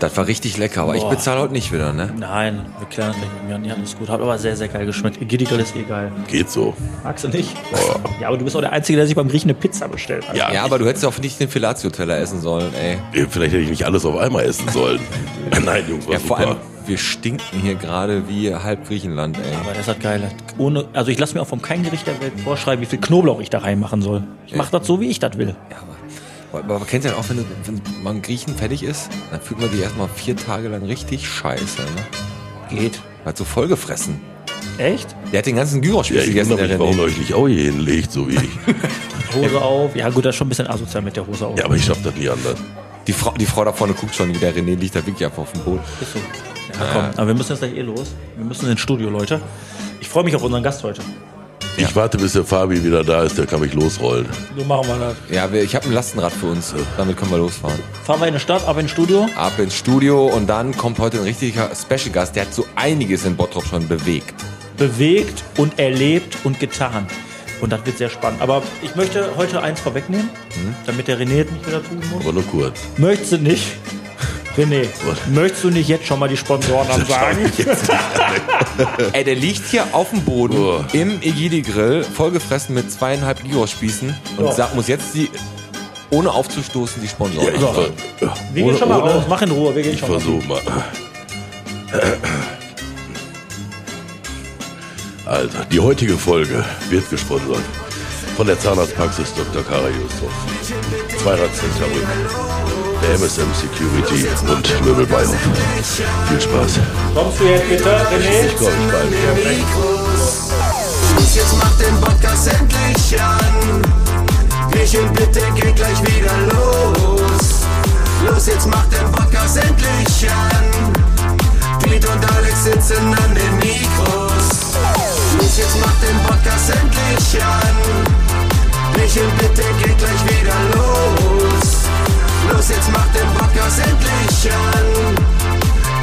Das war richtig lecker, aber ich Boah. bezahle heute nicht wieder, ne? Nein, wir klären das nicht mit mir. Ja, alles gut. Hat aber sehr, sehr geil geschmeckt. Gidigel ist eh geil. Geht so. Magst du nicht? Ja, aber du bist auch der Einzige, der sich beim Griechen eine Pizza bestellt hat. Ja, Ja, aber du hättest auch nicht den Filatio-Teller essen sollen, ey. eh, vielleicht hätte ich nicht alles auf einmal essen sollen. Nein, Jungs, war Ja, vor super. allem, wir stinken hier gerade wie halb Griechenland, ey. Aber das hat geil. Ohne, also ich lasse mir auch vom kein Gericht der Welt vorschreiben, wie viel Knoblauch ich da reinmachen soll. Ich mache das so, wie ich das will. Ja, aber, aber, aber kennst du das auch, wenn, du, wenn man in Griechen fertig ist, dann fühlt man sich erstmal vier Tage lang richtig scheiße, ne? Geht. Hat so vollgefressen. Echt? Der hat den ganzen Gyrospieß Ja, ich gegessen, wundere der mich, René. warum ihr euch nicht auch hier hinlegt, so wie ich. Hose auf. Ja gut, das ist schon ein bisschen asozial mit der Hose auf. Ja, aber ich schaff das nie anders. Die Frau, die Frau da vorne guckt schon, wie der René liegt da wirklich einfach auf dem Boden. Ist so. Ja, komm. Aber wir müssen jetzt gleich eh los. Wir müssen ins Studio, Leute. Ich freue mich auf unseren Gast heute. Ich warte, bis der Fabi wieder da ist, der kann mich losrollen. So machen wir das. Ja, wir, ich habe ein Lastenrad für uns. Damit können wir losfahren. Fahren wir in die Stadt, ab ins Studio. Ab ins Studio und dann kommt heute ein richtiger Special Gast. Der hat so einiges in Bottrop schon bewegt. bewegt und erlebt und getan. Und das wird sehr spannend. Aber ich möchte heute eins vorwegnehmen, Hm? damit der René es nicht wieder tun muss. Aber nur kurz. Möchtest du nicht? René, Was? möchtest du nicht jetzt schon mal die Sponsoren ansagen? Ey, der liegt hier auf dem Boden Uah. im Egidi-Grill, vollgefressen mit zweieinhalb Gyrospießen und Ja. sagt, muss jetzt die, ohne aufzustoßen, die Ja, Sponsoren. ich ansagen. ver- Wir Ohne- gehen schon mal ohne- raus, mach in Ruhe, wir gehen Ich schon mal. versuche mal. Also, die heutige Folge wird gesponsert von der Zahnarztpraxis Dr. Kara Yusuf, Zweiradzentrum, der MSM Security und Möbel Beinhof. Viel Spaß. Kommst du jetzt bitte, René? Ich glaube, ich bleibe hier. Los, jetzt mach den Podcast endlich an. Gretchen, bitte geht gleich wieder los. Los, jetzt mach den Podcast endlich an. Piet und Alex sitzen an den Mikros. Los, jetzt mach den Podcast endlich an. Gretchen, bitte geht gleich wieder los. Los, jetzt mach den Podcast endlich an.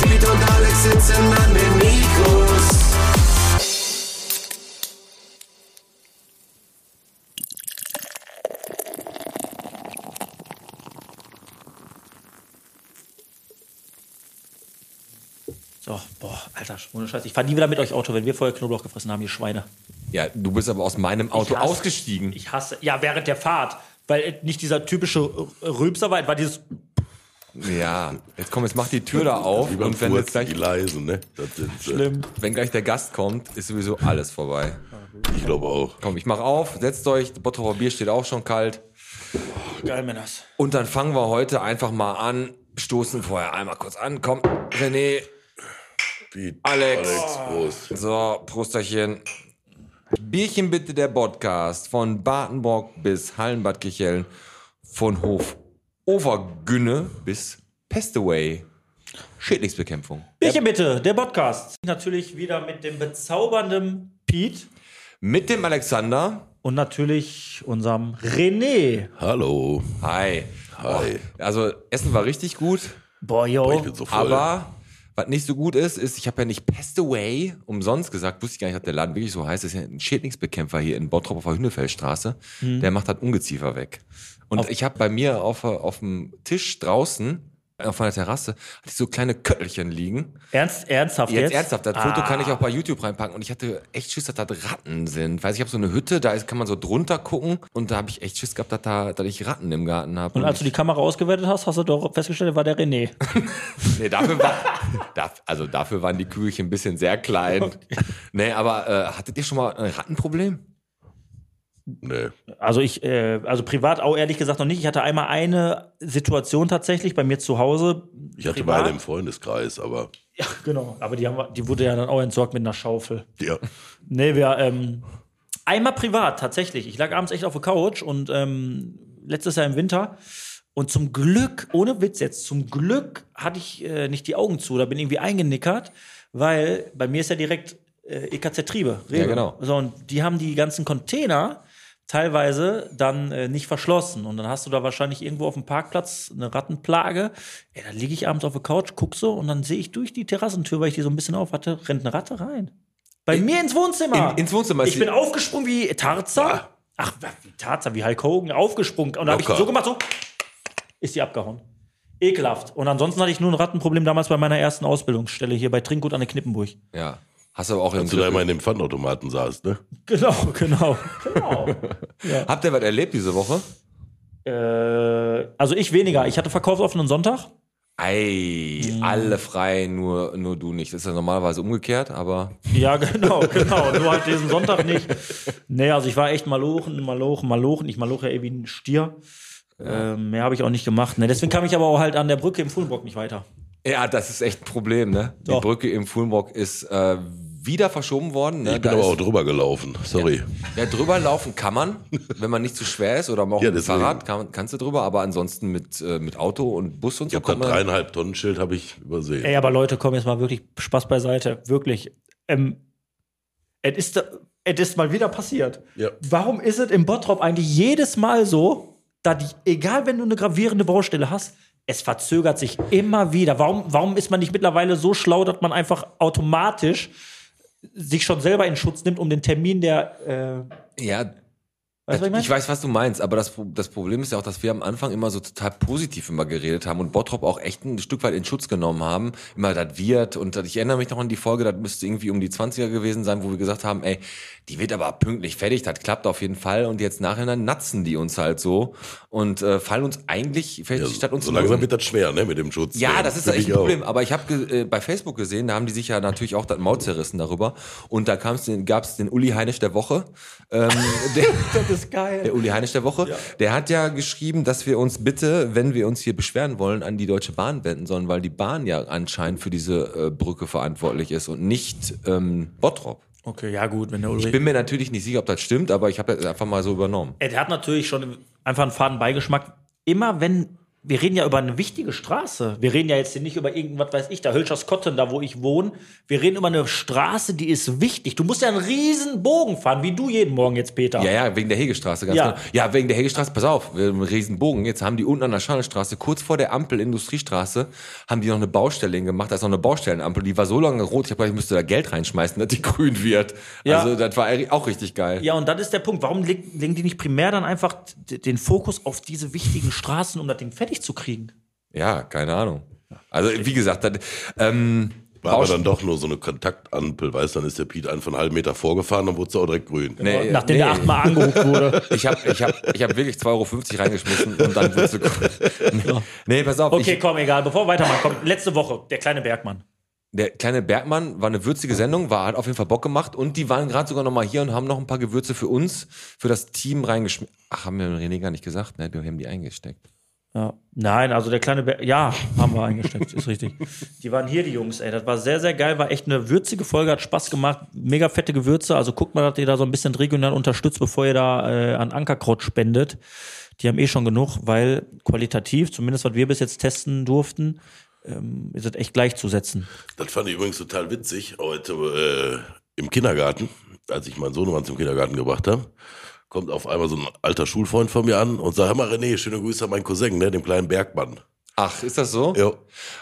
Piet und Alex sitzen an den Mikros. So, boah, Alter, ohne Scheiß. Ich fahr nie wieder mit euch Auto, wenn wir vorher Knoblauch gefressen haben, ihr Schweine. Ja, du bist aber aus meinem Auto hasse- ausgestiegen. Ich hasse, ja, während der Fahrt. Weil es nicht dieser typische äh, Rülpser war, es war dieses, Ja, jetzt komm, jetzt mach die Tür da auf Wie beim und wenn, jetzt Furzen, gleich, die Leisen, ne? Das sind, Schlimm. wenn gleich der Gast kommt, ist sowieso alles vorbei. Äh, ich glaube auch. Komm, ich mach auf, setzt euch, das Bottroper Bier steht auch schon kalt. geil, Männers. Und dann fangen wir heute einfach mal an, stoßen vorher einmal kurz an. Komm, René, Piet, Alex. Alex, Prost. So, Prosterchen. Bierchen bitte der Podcast von Badenburg bis Hallenbad Kicheln, von Hof Overgünne bis Pestaway. Schädlingsbekämpfung. Bierchen bitte, der Podcast. Natürlich wieder mit dem bezaubernden Pete Mit dem Alexander. und natürlich unserem René. Hallo. Hi. Hi. Also, Essen war richtig gut, Boah, Boah, ich yo. bin so voll. aber was nicht so gut ist, ist, ich habe ja nicht Pestaway umsonst gesagt, wusste ich gar nicht, dass der Laden wirklich so heißt. Das ist ja ein Schädlingsbekämpfer hier in Bottrop auf der Hühnefeldstraße. Mhm. Der macht halt Ungeziefer weg. Und ich habe bei mir auf, auf dem Tisch draußen, auf meiner Terrasse, hatte ich so kleine Köttelchen liegen. Ernst, ernsthaft Jetzt, jetzt? ernsthaft, das Foto Ah. kann ich auch bei YouTube reinpacken und ich hatte echt Schiss, dass da Ratten sind. Weiß ich habe so eine Hütte, da ist, kann man so drunter gucken und da habe ich echt Schiss gehabt, dass, da, dass ich Ratten im Garten habe. Und als du die Kamera ausgewertet hast, hast du doch festgestellt, war der René. Nee, dafür war, darf, also dafür waren die Kügelchen ein bisschen sehr klein. Nee, aber äh, hattet ihr schon mal ein Rattenproblem? Nee. Also ich, äh, also privat auch ehrlich gesagt noch nicht. Ich hatte einmal eine Situation tatsächlich bei mir zu Hause. Ich hatte privat. meine im Freundeskreis, aber Ja, genau. Aber die, haben, wir- die wurde ja dann auch entsorgt mit einer Schaufel. ja. Nee, wir, ähm, einmal privat, tatsächlich. Ich lag abends echt auf der Couch und ähm, letztes Jahr im Winter. Und zum Glück, ohne Witz jetzt, zum Glück hatte ich äh, nicht die Augen zu oder bin irgendwie eingenickert, weil bei mir ist ja direkt äh, EKZ Triebe. Rewe. Ja, genau. So, und die haben die ganzen Container teilweise dann äh, nicht verschlossen. Und dann hast du da wahrscheinlich irgendwo auf dem Parkplatz eine Rattenplage. Ey, da liege ich abends auf der Couch, guck so und dann sehe ich durch die Terrassentür, weil ich die so ein bisschen auf hatte, rennt eine Ratte rein. Bei mir ins Wohnzimmer. In- ins Wohnzimmer ist Ich sie- bin aufgesprungen wie Tarzan. Ach, wie Tarzan, wie Hulk Hogan, aufgesprungen. Und da habe ich Locker. so gemacht, so ist die abgehauen. Ekelhaft. Und ansonsten hatte ich nur ein Rattenproblem damals bei meiner ersten Ausbildungsstelle hier bei Trinkgut an der Knippenburg. Ja. Hast du aber auch im Als du da immer in dem Pfandautomaten saßt, ne? Genau, genau. genau. Habt ihr was erlebt diese Woche? äh, also ich weniger. Ich hatte verkaufsoffenen Sonntag. Ei, Hm. alle frei, nur, nur du nicht. Das ist ja normalerweise umgekehrt, aber Ja, genau, genau. Nur halt diesen Sonntag nicht. Nee, also ich war echt malochen, malochen, malochen. Ich maloche ja eh wie ein Stier. Ähm, mehr habe ich auch nicht gemacht. Ne? Deswegen kam ich aber auch halt an der Brücke im Fuhlenbrock nicht weiter. ja, das ist echt ein Problem, ne? Die Doch. Brücke im Fulmrock ist äh, wieder verschoben worden. Ne? Ich bin Da aber auch ist, drüber gelaufen, sorry. ja, drüber laufen kann man, wenn man nicht zu schwer ist oder auch Ja, mit deswegen. Fahrrad kann, kannst du drüber, aber ansonsten mit, äh, mit Auto und Bus und Ich so habe kommt da man. dreieinhalb Tonnen Schild habe ich übersehen. Ey, aber Leute, komm jetzt mal wirklich Spaß beiseite. Wirklich. Ähm, es ist, da- es ist mal wieder passiert. Ja. Warum ist es im Bottrop eigentlich jedes Mal so, dass, egal wenn du eine gravierende Baustelle hast, es verzögert sich immer wieder. Warum, warum ist man nicht mittlerweile so schlau, dass man einfach automatisch sich schon selber in Schutz nimmt, um den Termin der. Äh, Ja, weißt du, was ich Äh, ich, meine? weiß, was du meinst, aber das, Pro- das Problem ist ja auch, dass wir am Anfang immer so total positiv immer geredet haben und Bottrop auch echt ein Stück weit in Schutz genommen haben. Immer, das wird und das, ich erinnere mich noch an die Folge, das müsste irgendwie um die 20er gewesen sein, wo wir gesagt haben, ey, die wird aber pünktlich fertig, das klappt auf jeden Fall und jetzt nachher dann natzen die uns halt so und äh, fallen uns eigentlich, fällt Ja, die Stadt uns so in den langsam Rücken. wird das schwer, ne, mit dem Schutz. Ja, das ist Für echt mich ein auch. Problem. Aber ich habe äh, bei Facebook gesehen, da haben die sich ja natürlich auch das Maul zerrissen darüber. Und da gab es den, gab's den Uli Heinisch der Woche. Ähm, der, das ist geil. der Uli Heinisch der Woche. Der hat ja geschrieben, dass wir uns bitte, wenn wir uns hier beschweren wollen, an die Deutsche Bahn wenden sollen, weil die Bahn ja anscheinend für diese äh, Brücke verantwortlich ist und nicht ähm, Bottrop. Okay, ja, gut, wenn der Ich Ulrich. bin mir natürlich nicht sicher, ob das stimmt, aber ich habe das einfach mal so übernommen. Er hat natürlich schon einfach einen faden Beigeschmack. Immer wenn, wir reden ja über eine wichtige Straße. Wir reden ja jetzt hier nicht über irgendwas, weiß ich, da Hölschers Kotten, da wo ich wohne. Wir reden über eine Straße, die ist wichtig. Du musst ja einen riesen Bogen fahren, wie du jeden Morgen jetzt, Peter. Ja, ja, wegen der Hegestraße, ganz Ja. genau. Ja, wegen der Hegestraße, pass auf, wir haben einen riesen Bogen. Jetzt haben die unten an der Schallstraße, kurz vor der Ampel Industriestraße, haben die noch eine Baustelle hingemacht. Da ist noch eine Baustellenampel, die war so lange rot, ich habe gedacht, ich müsste da Geld reinschmeißen, dass die grün wird. Ja. Also das war auch richtig geil. Ja, und das ist der Punkt. Warum legen, legen die nicht primär dann einfach d- den Fokus auf diese wichtigen Straßen, um das Ding fertig zu kriegen? Ja, keine Ahnung. Also, wie gesagt, das, ähm, War aber Baust- dann doch nur so eine Kontaktampel, weißt du, dann ist der Piet einfach einen halben Meter vorgefahren, dann wurde es auch direkt grün. nee, Nachdem der achtmal angerufen wurde. Ich habe ich hab, ich hab wirklich 2,50 Euro reingeschmissen und dann wurdest du grün. Nee, pass auf. Okay, ich, komm, egal. Bevor wir weitermachen, komm, letzte Woche, der kleine Bergmann. der kleine Bergmann war eine würzige Sendung, war hat auf jeden Fall Bock gemacht und die waren gerade sogar noch mal hier und haben noch ein paar Gewürze für uns, für das Team reingeschmissen. Ach, haben wir dem René gar nicht gesagt, ne? Wir haben die eingesteckt. Ja. Nein, also der kleine Be Ja, haben wir eingesteckt, ist richtig. Die waren hier, die Jungs, ey. Das war sehr, sehr geil, war echt eine würzige Folge, hat Spaß gemacht. Mega fette Gewürze. Also guckt mal, dass ihr da so ein bisschen regional unterstützt, bevor ihr da äh, an Ankerkraut spendet. Die haben eh schon genug, weil qualitativ, zumindest was wir bis jetzt testen durften, ähm, ist das echt gleichzusetzen. Das fand ich übrigens total witzig. Heute äh, im Kindergarten, als ich meinen Sohnemann zum Kindergarten gebracht habe, kommt auf einmal so ein alter Schulfreund von mir an und sagt: Hör mal, René, schöne Grüße an meinen Cousin, ne, dem kleinen Bergmann. Ach, ist das so? Ja.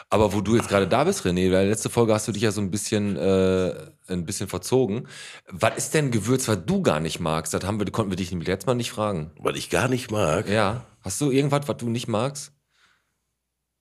Aber wo du jetzt gerade da bist, René, weil letzte Folge hast du dich ja so ein bisschen, äh, ein bisschen verzogen. Was ist denn Gewürz, was du gar nicht magst? Das haben wir, konnten wir dich nämlich letztes Mal nicht fragen. Weil ich gar nicht mag. Ja. Hast du irgendwas, was du nicht magst?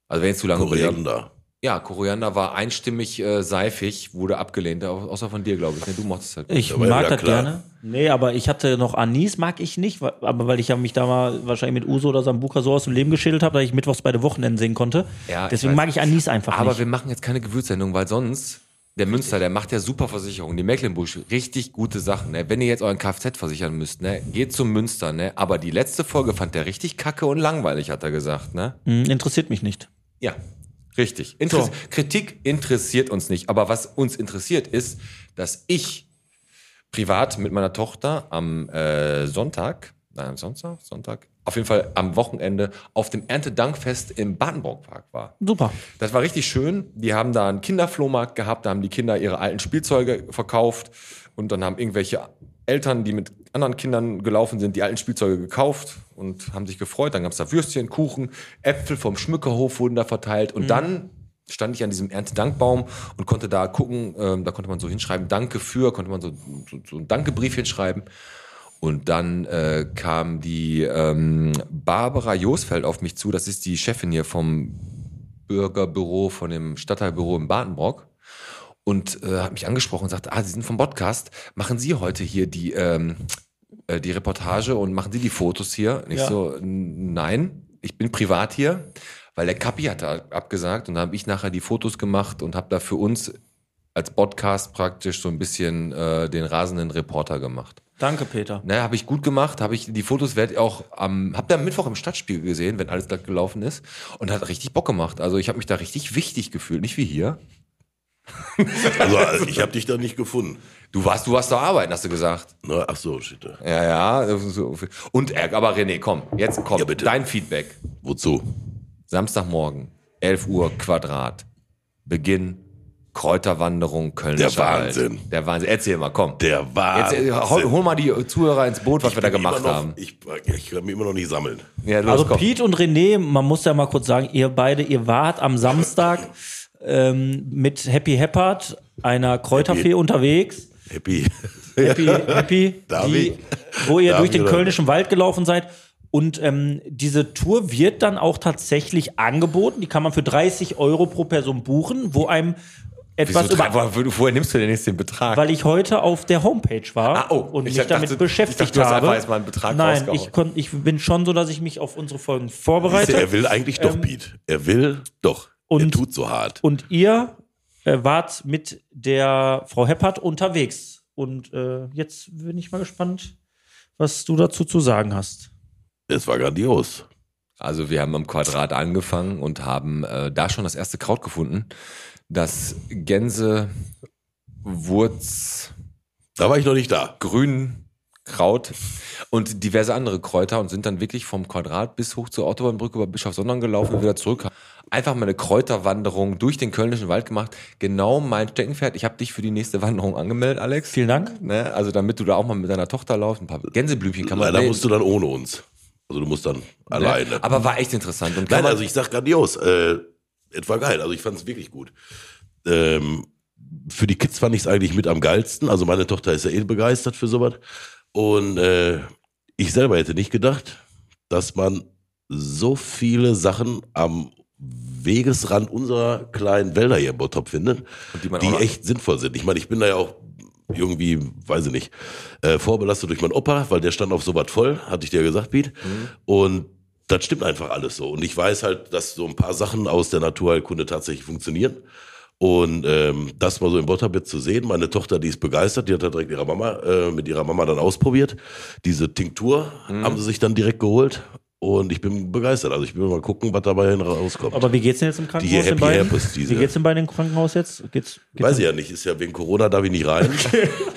Also wenn jetzt zu lange überlegt- Koriander. Ja, Koriander war einstimmig äh, seifig, wurde abgelehnt, au- außer von dir, glaube ich. Ne? Du mochtest halt. Ich Ja, aber mag ja, das klar. gerne. Nee, aber ich hatte noch Anis, mag ich nicht, wa- aber weil ich ja mich da mal wahrscheinlich mit Uso oder Sambuka so aus dem Leben geschädelt habe, dass ich mittwochs beide Wochenenden singen konnte. Ja, ich Deswegen weiß. mag ich Anis einfach nicht. Aber wir machen jetzt keine Gewürzsendung, weil sonst der Münster, der macht ja super Versicherungen. Die Mecklenburg, richtig gute Sachen. Ne? Wenn ihr jetzt euren Kfz versichern müsst, ne? geht zum Münster. Ne? Aber die letzte Folge fand der richtig kacke und langweilig, hat er gesagt. Ne? Hm, Interessiert mich nicht. Ja, richtig. Interess So. Kritik interessiert uns nicht. Aber was uns interessiert ist, dass ich privat mit meiner Tochter am äh, Sonntag, nein, am Sonntag, Sonntag, auf jeden Fall am Wochenende auf dem Erntedankfest im Badenburgpark war. Super. Das war richtig schön. Die haben da einen Kinderflohmarkt gehabt, da haben die Kinder ihre alten Spielzeuge verkauft und dann haben irgendwelche Eltern, die mit anderen Kindern gelaufen sind, die alten Spielzeuge gekauft und haben sich gefreut. Dann gab es da Würstchen, Kuchen, Äpfel vom Schmückerhof wurden da verteilt und dann stand ich an diesem Erntedankbaum und konnte da gucken, ähm, da konnte man so hinschreiben, danke für, konnte man so, so, so einen Dankebrief hinschreiben. Und dann äh, kam die ähm, Barbara Josfeld auf mich zu, das ist die Chefin hier vom Bürgerbüro von dem Stadtteilbüro in Badenbrock und äh, hat mich angesprochen und sagte, ah, Sie sind vom Podcast, machen Sie heute hier die, ähm, äh, die Reportage und machen Sie die Fotos hier? Und ich Ja. so, "N- nein, ich bin privat hier, weil der Kapi hat da abgesagt und da habe ich nachher die Fotos gemacht und habe da für uns als Podcast praktisch so ein bisschen äh, den rasenden Reporter gemacht. Danke, Peter. Ne, habe ich gut gemacht, habe ich die Fotos werde ich auch am hab da am Mittwoch im Stadtspiegel gesehen, wenn alles glatt gelaufen ist und hat richtig Bock gemacht. Also ich habe mich da richtig wichtig gefühlt, nicht wie hier. Also, also ich habe dich da nicht gefunden. Du warst, du warst da arbeiten, hast du gesagt. Na, ach so, shit. Ja, Ja, ja. so- Und äh, aber René, komm, jetzt komm, Ja, bitte. dein Feedback. Wozu? Samstagmorgen, 11 Uhr Quadrat. Beginn Kräuterwanderung Köln. Der Wahnsinn. Der Wahnsinn. Erzähl mal, komm. Der war. Jetzt, äh, hol, hol mal die Zuhörer ins Boot, was wir da gemacht noch, haben. Ich, ich kann mich immer noch nicht sammeln. Ja, los, Also komm. Pete und René, man muss ja mal kurz sagen, ihr beide, ihr wart am Samstag ähm, mit Happy Heppard, einer Kräuterfee Happy. unterwegs. Happy. Happy, Happy, Darf ich? die, wo ihr Darf durch ich den oder- kölnischen Wald gelaufen seid. Und ähm, diese Tour wird dann auch tatsächlich angeboten. Die kann man für 30 Euro pro Person buchen, wo einem etwas Wieso, über woher, woher nimmst du denn jetzt den Betrag? weil ich heute auf der Homepage war Ah, oh, und ich mich dachte, damit ich beschäftigt dachte, du hast habe. einfach jetzt mal einen Betrag Nein, rausgehauen. ich, kon, ich bin schon so, dass ich mich auf unsere Folgen Siehst du, vorbereite. Er will eigentlich Ähm, doch, Pete. Er will doch. er Und- tut so hart. Und ihr äh, wart mit der Frau Heppert unterwegs. Und äh, jetzt bin ich mal gespannt, was du dazu zu sagen hast. Es war grandios. Also wir haben am Quadrat angefangen und haben äh, da schon das erste Kraut gefunden. Das Gänsewurzgrün Da war ich noch nicht da. Kraut und diverse andere Kräuter und sind dann wirklich vom Quadrat bis hoch zur Autobahnbrücke über Bischofsondern gelaufen und wieder zurück. Einfach mal eine Kräuterwanderung durch den kölnischen Wald gemacht. Genau mein Steckenpferd. Ich habe dich für die nächste Wanderung angemeldet, Alex. Vielen Dank. Ne? Also damit du da auch mal mit deiner Tochter laufst, ein paar Gänseblümchen kann man Leider nee, musst du dann ohne uns. Also du musst dann ne? alleine. Aber war echt interessant und kann Nein, man, also ich sag grandios. Äh, es war geil. Also ich fand es wirklich gut. Ähm, für die Kids fand ich es eigentlich mit am geilsten. Also meine Tochter ist ja eh begeistert für sowas. Und äh, ich selber hätte nicht gedacht, dass man so viele Sachen am Wegesrand unserer kleinen Wälder hier in Bottrop findet, die man auch die noch- echt sinnvoll sind. Ich meine, ich bin da ja auch irgendwie, weiß ich nicht, äh, vorbelastet durch meinen Opa, weil der stand auf sowas voll, hatte ich dir ja gesagt, Piet. Mhm. Und das stimmt einfach alles so. Und ich weiß halt, dass so ein paar Sachen aus der Naturheilkunde tatsächlich funktionieren. Und ähm, das mal so im Botterbett zu sehen, meine Tochter, die ist begeistert, die hat da direkt ihrer Mama, äh, mit ihrer Mama dann ausprobiert. Diese Tinktur Mhm. haben sie sich dann direkt geholt. Und ich bin begeistert. Also ich will mal gucken, was dabei rauskommt. Aber wie geht's denn jetzt im Die Krankenhaus? Happy den beiden? Happers, diese- Wie geht's denn bei den Krankenhaus jetzt? Geht's, geht's Weiß ich ja nicht, ist ja wegen Corona, darf ich nicht rein.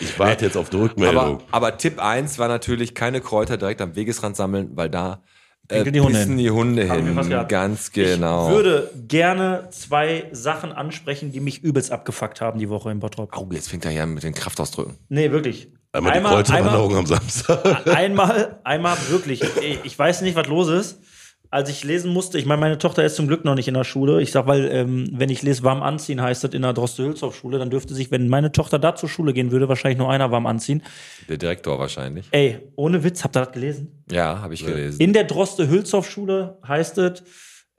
Ich warte jetzt auf die Rückmeldung. Aber, aber Tipp 1 war natürlich keine Kräuter direkt am Wegesrand sammeln, weil da äh, Pinkeln die Hunde pissen hin. die Hunde Haben wir fast hin. gehabt. Ganz genau. Ich würde gerne zwei Sachen ansprechen, die mich übelst abgefuckt haben die Woche in Bottrop. oh, jetzt fängt er hier an mit den Kraftausdrücken. Nee, wirklich. einmal, die Kreuzwanderung am Samstag. einmal, einmal wirklich. Ey, Ich weiß nicht, was los ist. Als ich lesen musste, ich meine, meine Tochter ist zum Glück noch nicht in der Schule. Ich sag, weil, ähm, wenn ich lese, warm anziehen heißt das in der Droste-Hülshoff-Schule, dann dürfte sich, wenn meine Tochter da zur Schule gehen würde, wahrscheinlich nur einer warm anziehen. Der Direktor wahrscheinlich. Ey, ohne Witz, habt ihr das gelesen? Ja, habe ich gelesen. In der Droste-Hülshoff-Schule heißt es,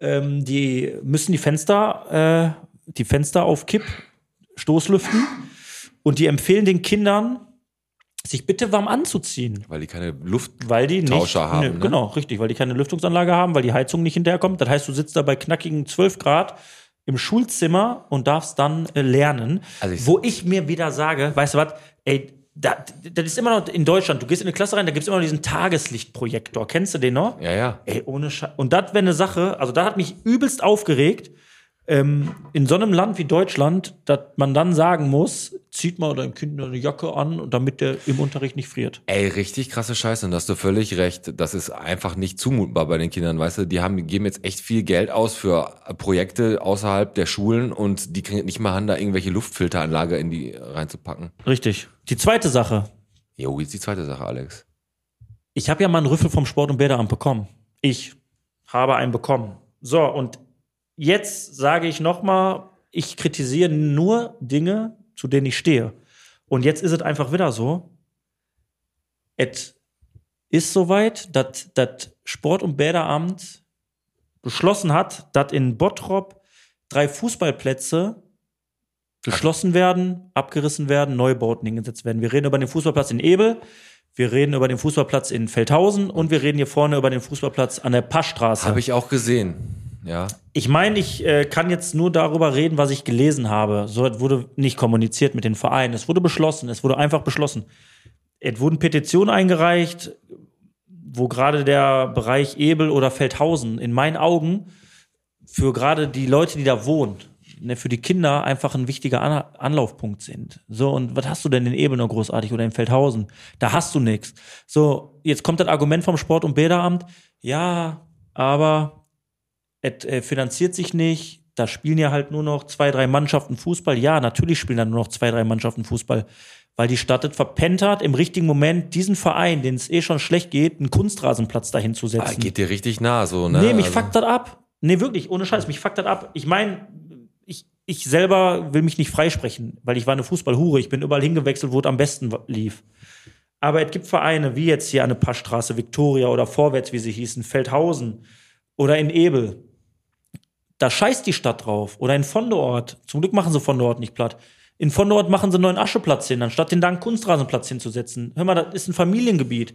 ähm, die müssen die Fenster, äh, die Fenster auf Kipp stoßlüften und die empfehlen den Kindern, sich bitte warm anzuziehen. weil die keine Luft. Weil die nicht. Tauscher haben, ne? Genau, richtig, weil die keine Lüftungsanlage haben, weil die Heizung nicht hinterherkommt. Das heißt, du sitzt da bei knackigen 12 Grad im Schulzimmer und darfst dann äh, lernen. Also ich- wo ich mir wieder sage, weißt du was, ey, da- das ist immer noch in Deutschland. Du gehst in eine Klasse rein, da gibt es immer noch diesen Tageslichtprojektor. Kennst du den noch? Ja, ja. Ey, ohne Scheiß. Und das wäre eine Sache, also da hat mich übelst aufgeregt, ähm, in so einem Land wie Deutschland, dass man dann sagen muss, zieht mal deinem Kind eine Jacke an, damit der im Unterricht nicht friert. Ey, richtig krasse Scheiße. Und da hast du völlig recht. Das ist einfach nicht zumutbar bei den Kindern, weißt du? Die haben, geben jetzt echt viel Geld aus für äh, Projekte außerhalb der Schulen und die kriegen nicht mal Hand, da irgendwelche Luftfilteranlage in die reinzupacken. Richtig. Die zweite Sache, Jo, jetzt die zweite Sache, Alex. Ich habe ja mal einen Rüffel vom Sport- und Bäderamt bekommen. Ich habe einen bekommen. So, und jetzt sage ich nochmal, ich kritisiere nur Dinge, zu denen ich stehe. Und jetzt ist es einfach wieder so, es ist soweit, dass das Sport- und Bäderamt beschlossen hat, dass in Bottrop drei Fußballplätze geschlossen werden, abgerissen werden, Neubauten hingesetzt werden. Wir reden über den Fußballplatz in Ebel, wir reden über den Fußballplatz in Feldhausen und wir reden hier vorne über den Fußballplatz an der Passstraße. Habe ich auch gesehen. Ja. Ich meine, ich äh, kann jetzt nur darüber reden, was ich gelesen habe. So es wurde nicht kommuniziert mit den Vereinen. Es wurde beschlossen. Es wurde einfach beschlossen. Es wurden Petitionen eingereicht, wo gerade der Bereich Ebel oder Feldhausen in meinen Augen für gerade die Leute, die da wohnen, ne, für die Kinder einfach ein wichtiger An Anlaufpunkt sind. So, und was hast du denn in Ebel noch großartig oder in Feldhausen? Da hast du nichts. So, jetzt kommt das Argument vom Sport- und Bäderamt. Ja, aber et, äh, finanziert sich nicht. Da spielen ja halt nur noch zwei, drei Mannschaften Fußball. Ja, natürlich spielen dann nur noch zwei, drei Mannschaften Fußball, weil die Stadt es verpennt hat, im richtigen Moment diesen Verein, den es eh schon schlecht geht, einen Kunstrasenplatz dahin zu Ah, setzen. geht dir richtig nah so, ne? Nee, mich Also- fuckt das ab. Nee, wirklich, ohne Scheiß, mich fuckt das ab. Ich meine, ich, ich selber will mich nicht freisprechen, weil ich war eine Fußballhure. Ich bin überall hingewechselt, wo es am besten wa- lief. Aber es gibt Vereine, wie jetzt hier an der Passstraße, Victoria oder Vorwärts, wie sie hießen, Feldhausen oder in Ebel. Da scheißt die Stadt drauf. Oder in Vondeort. Zum Glück machen sie Vondeort nicht platt. In Vondeort machen sie einen neuen Ascheplatz hin, anstatt den da einen Kunstrasenplatz hinzusetzen. Hör mal, das ist ein Familiengebiet.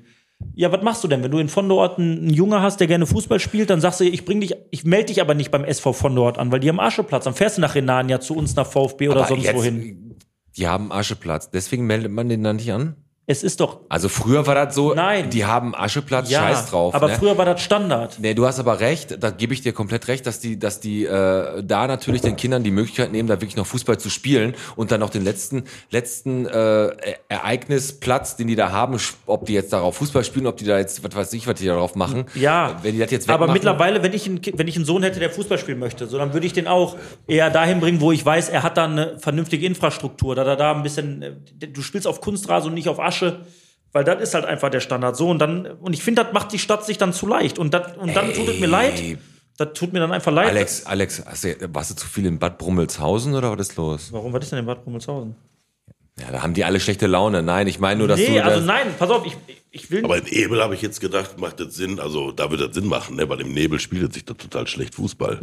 Ja, was machst du denn, wenn du in Vondeort einen einen Junge hast, der gerne Fußball spielt, dann sagst du, ich bring dich, ich melde dich aber nicht beim SV Vondeort an, weil die haben Ascheplatz. Dann fährst du nach Renania zu uns nach VfB oder Aber sonst jetzt, wohin. Die haben Ascheplatz. Deswegen meldet man den dann nicht an? Es ist doch Also früher war das so, Nein. die haben Ascheplatz, ja, scheiß drauf. aber ne? früher war das Standard. Nee, du hast aber recht, da gebe ich dir komplett recht, dass die, dass die äh, da natürlich den Kindern die Möglichkeit nehmen, da wirklich noch Fußball zu spielen und dann noch den letzten, letzten äh, E- Ereignisplatz, den die da haben, sch- ob die jetzt darauf Fußball spielen, ob die da jetzt, was weiß ich, was die darauf machen. Ja, Wenn die das jetzt aber wegmachen- mittlerweile, wenn ich, einen, Ki- wenn ich einen Sohn hätte, der Fußball spielen möchte, so, dann würde ich den auch eher dahin bringen, wo ich weiß, er hat da eine vernünftige Infrastruktur, da da da ein bisschen, äh, du spielst auf Kunstrasen und nicht auf Asche, weil das ist halt einfach der Standard so und dann und ich finde, das macht die Stadt sich dann zu leicht und, das, und dann tut es mir leid, das tut mir dann einfach leid. Alex, Alex, hast du, warst du zu viel in Bad Brummelshausen oder was ist los? Warum, was ist denn in Bad Rummelshausen? Ja, da haben die alle schlechte Laune. Nein, ich meine nur, dass Nee, du. also das- nein, pass auf, ich, ich will Aber in Ebel habe ich jetzt gedacht, macht das Sinn, also da wird das Sinn machen, ne? weil im Nebel spielt sich da total schlecht Fußball.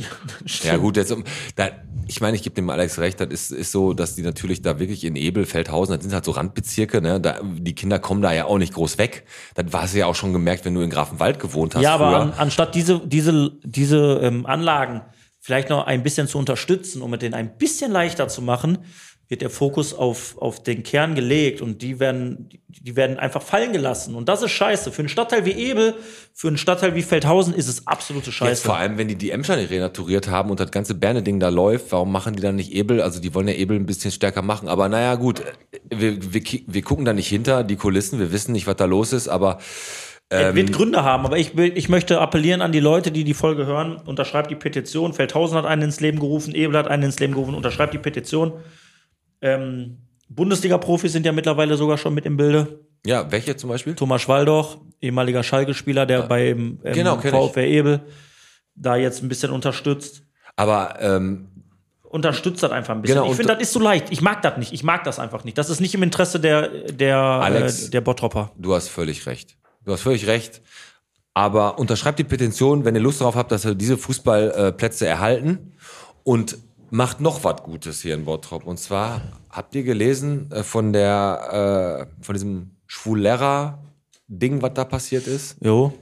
Ja gut, jetzt um, da, ich meine, ich gebe dem Alex recht, das ist, ist so, dass die natürlich da wirklich in Ebel, Feldhausen, das sind halt so Randbezirke, ne? Da, die Kinder kommen da ja auch nicht groß weg. Das hast du ja auch schon gemerkt, wenn du in Grafenwald gewohnt hast Ja, aber früher. an, anstatt diese, diese, diese ähm, Anlagen vielleicht noch ein bisschen zu unterstützen, um mit denen ein bisschen leichter zu machen, wird der Fokus auf, auf den Kern gelegt und die werden, die- die werden einfach fallen gelassen. Und das ist scheiße. Für einen Stadtteil wie Ebel, für einen Stadtteil wie Feldhausen ist es absolute Jetzt Scheiße. vor allem, wenn die die Emscher nicht renaturiert haben und das ganze Berne-Ding da läuft, warum machen die dann nicht Ebel? Also die wollen ja Ebel ein bisschen stärker machen. Aber naja, gut, äh, wir, wir, ki- wir gucken da nicht hinter die Kulissen, wir wissen nicht, was da los ist, aber Es wird Gründe haben, aber ich, will, ich möchte appellieren an die Leute, die die Folge hören. Unterschreibt die Petition. Feldhausen hat einen ins Leben gerufen, Ebel hat einen ins Leben gerufen. Unterschreibt die Petition. Ähm, Bundesliga-Profis sind ja mittlerweile sogar schon mit im Bilde. ja, welche zum Beispiel? Thomas Schwaldoch, ehemaliger Schalke-Spieler, der beim ähm, Genau, kenn ich. VfR Ebel da jetzt ein bisschen unterstützt. Aber ähm, Unterstützt das einfach ein bisschen. Genau, ich und finde, das ist so leicht. Ich mag das nicht. Ich mag das einfach nicht. Das ist nicht im Interesse der, der, Alex. äh, der Bottropper. Du hast völlig recht. Du hast völlig recht. Aber unterschreibt die Petition, wenn ihr Lust darauf habt, dass wir diese Fußballplätze erhalten. Und macht noch was Gutes hier in Bottrop. Und zwar habt ihr gelesen äh, von der, äh, von diesem Schwulera-Ding, was da passiert ist? Jo.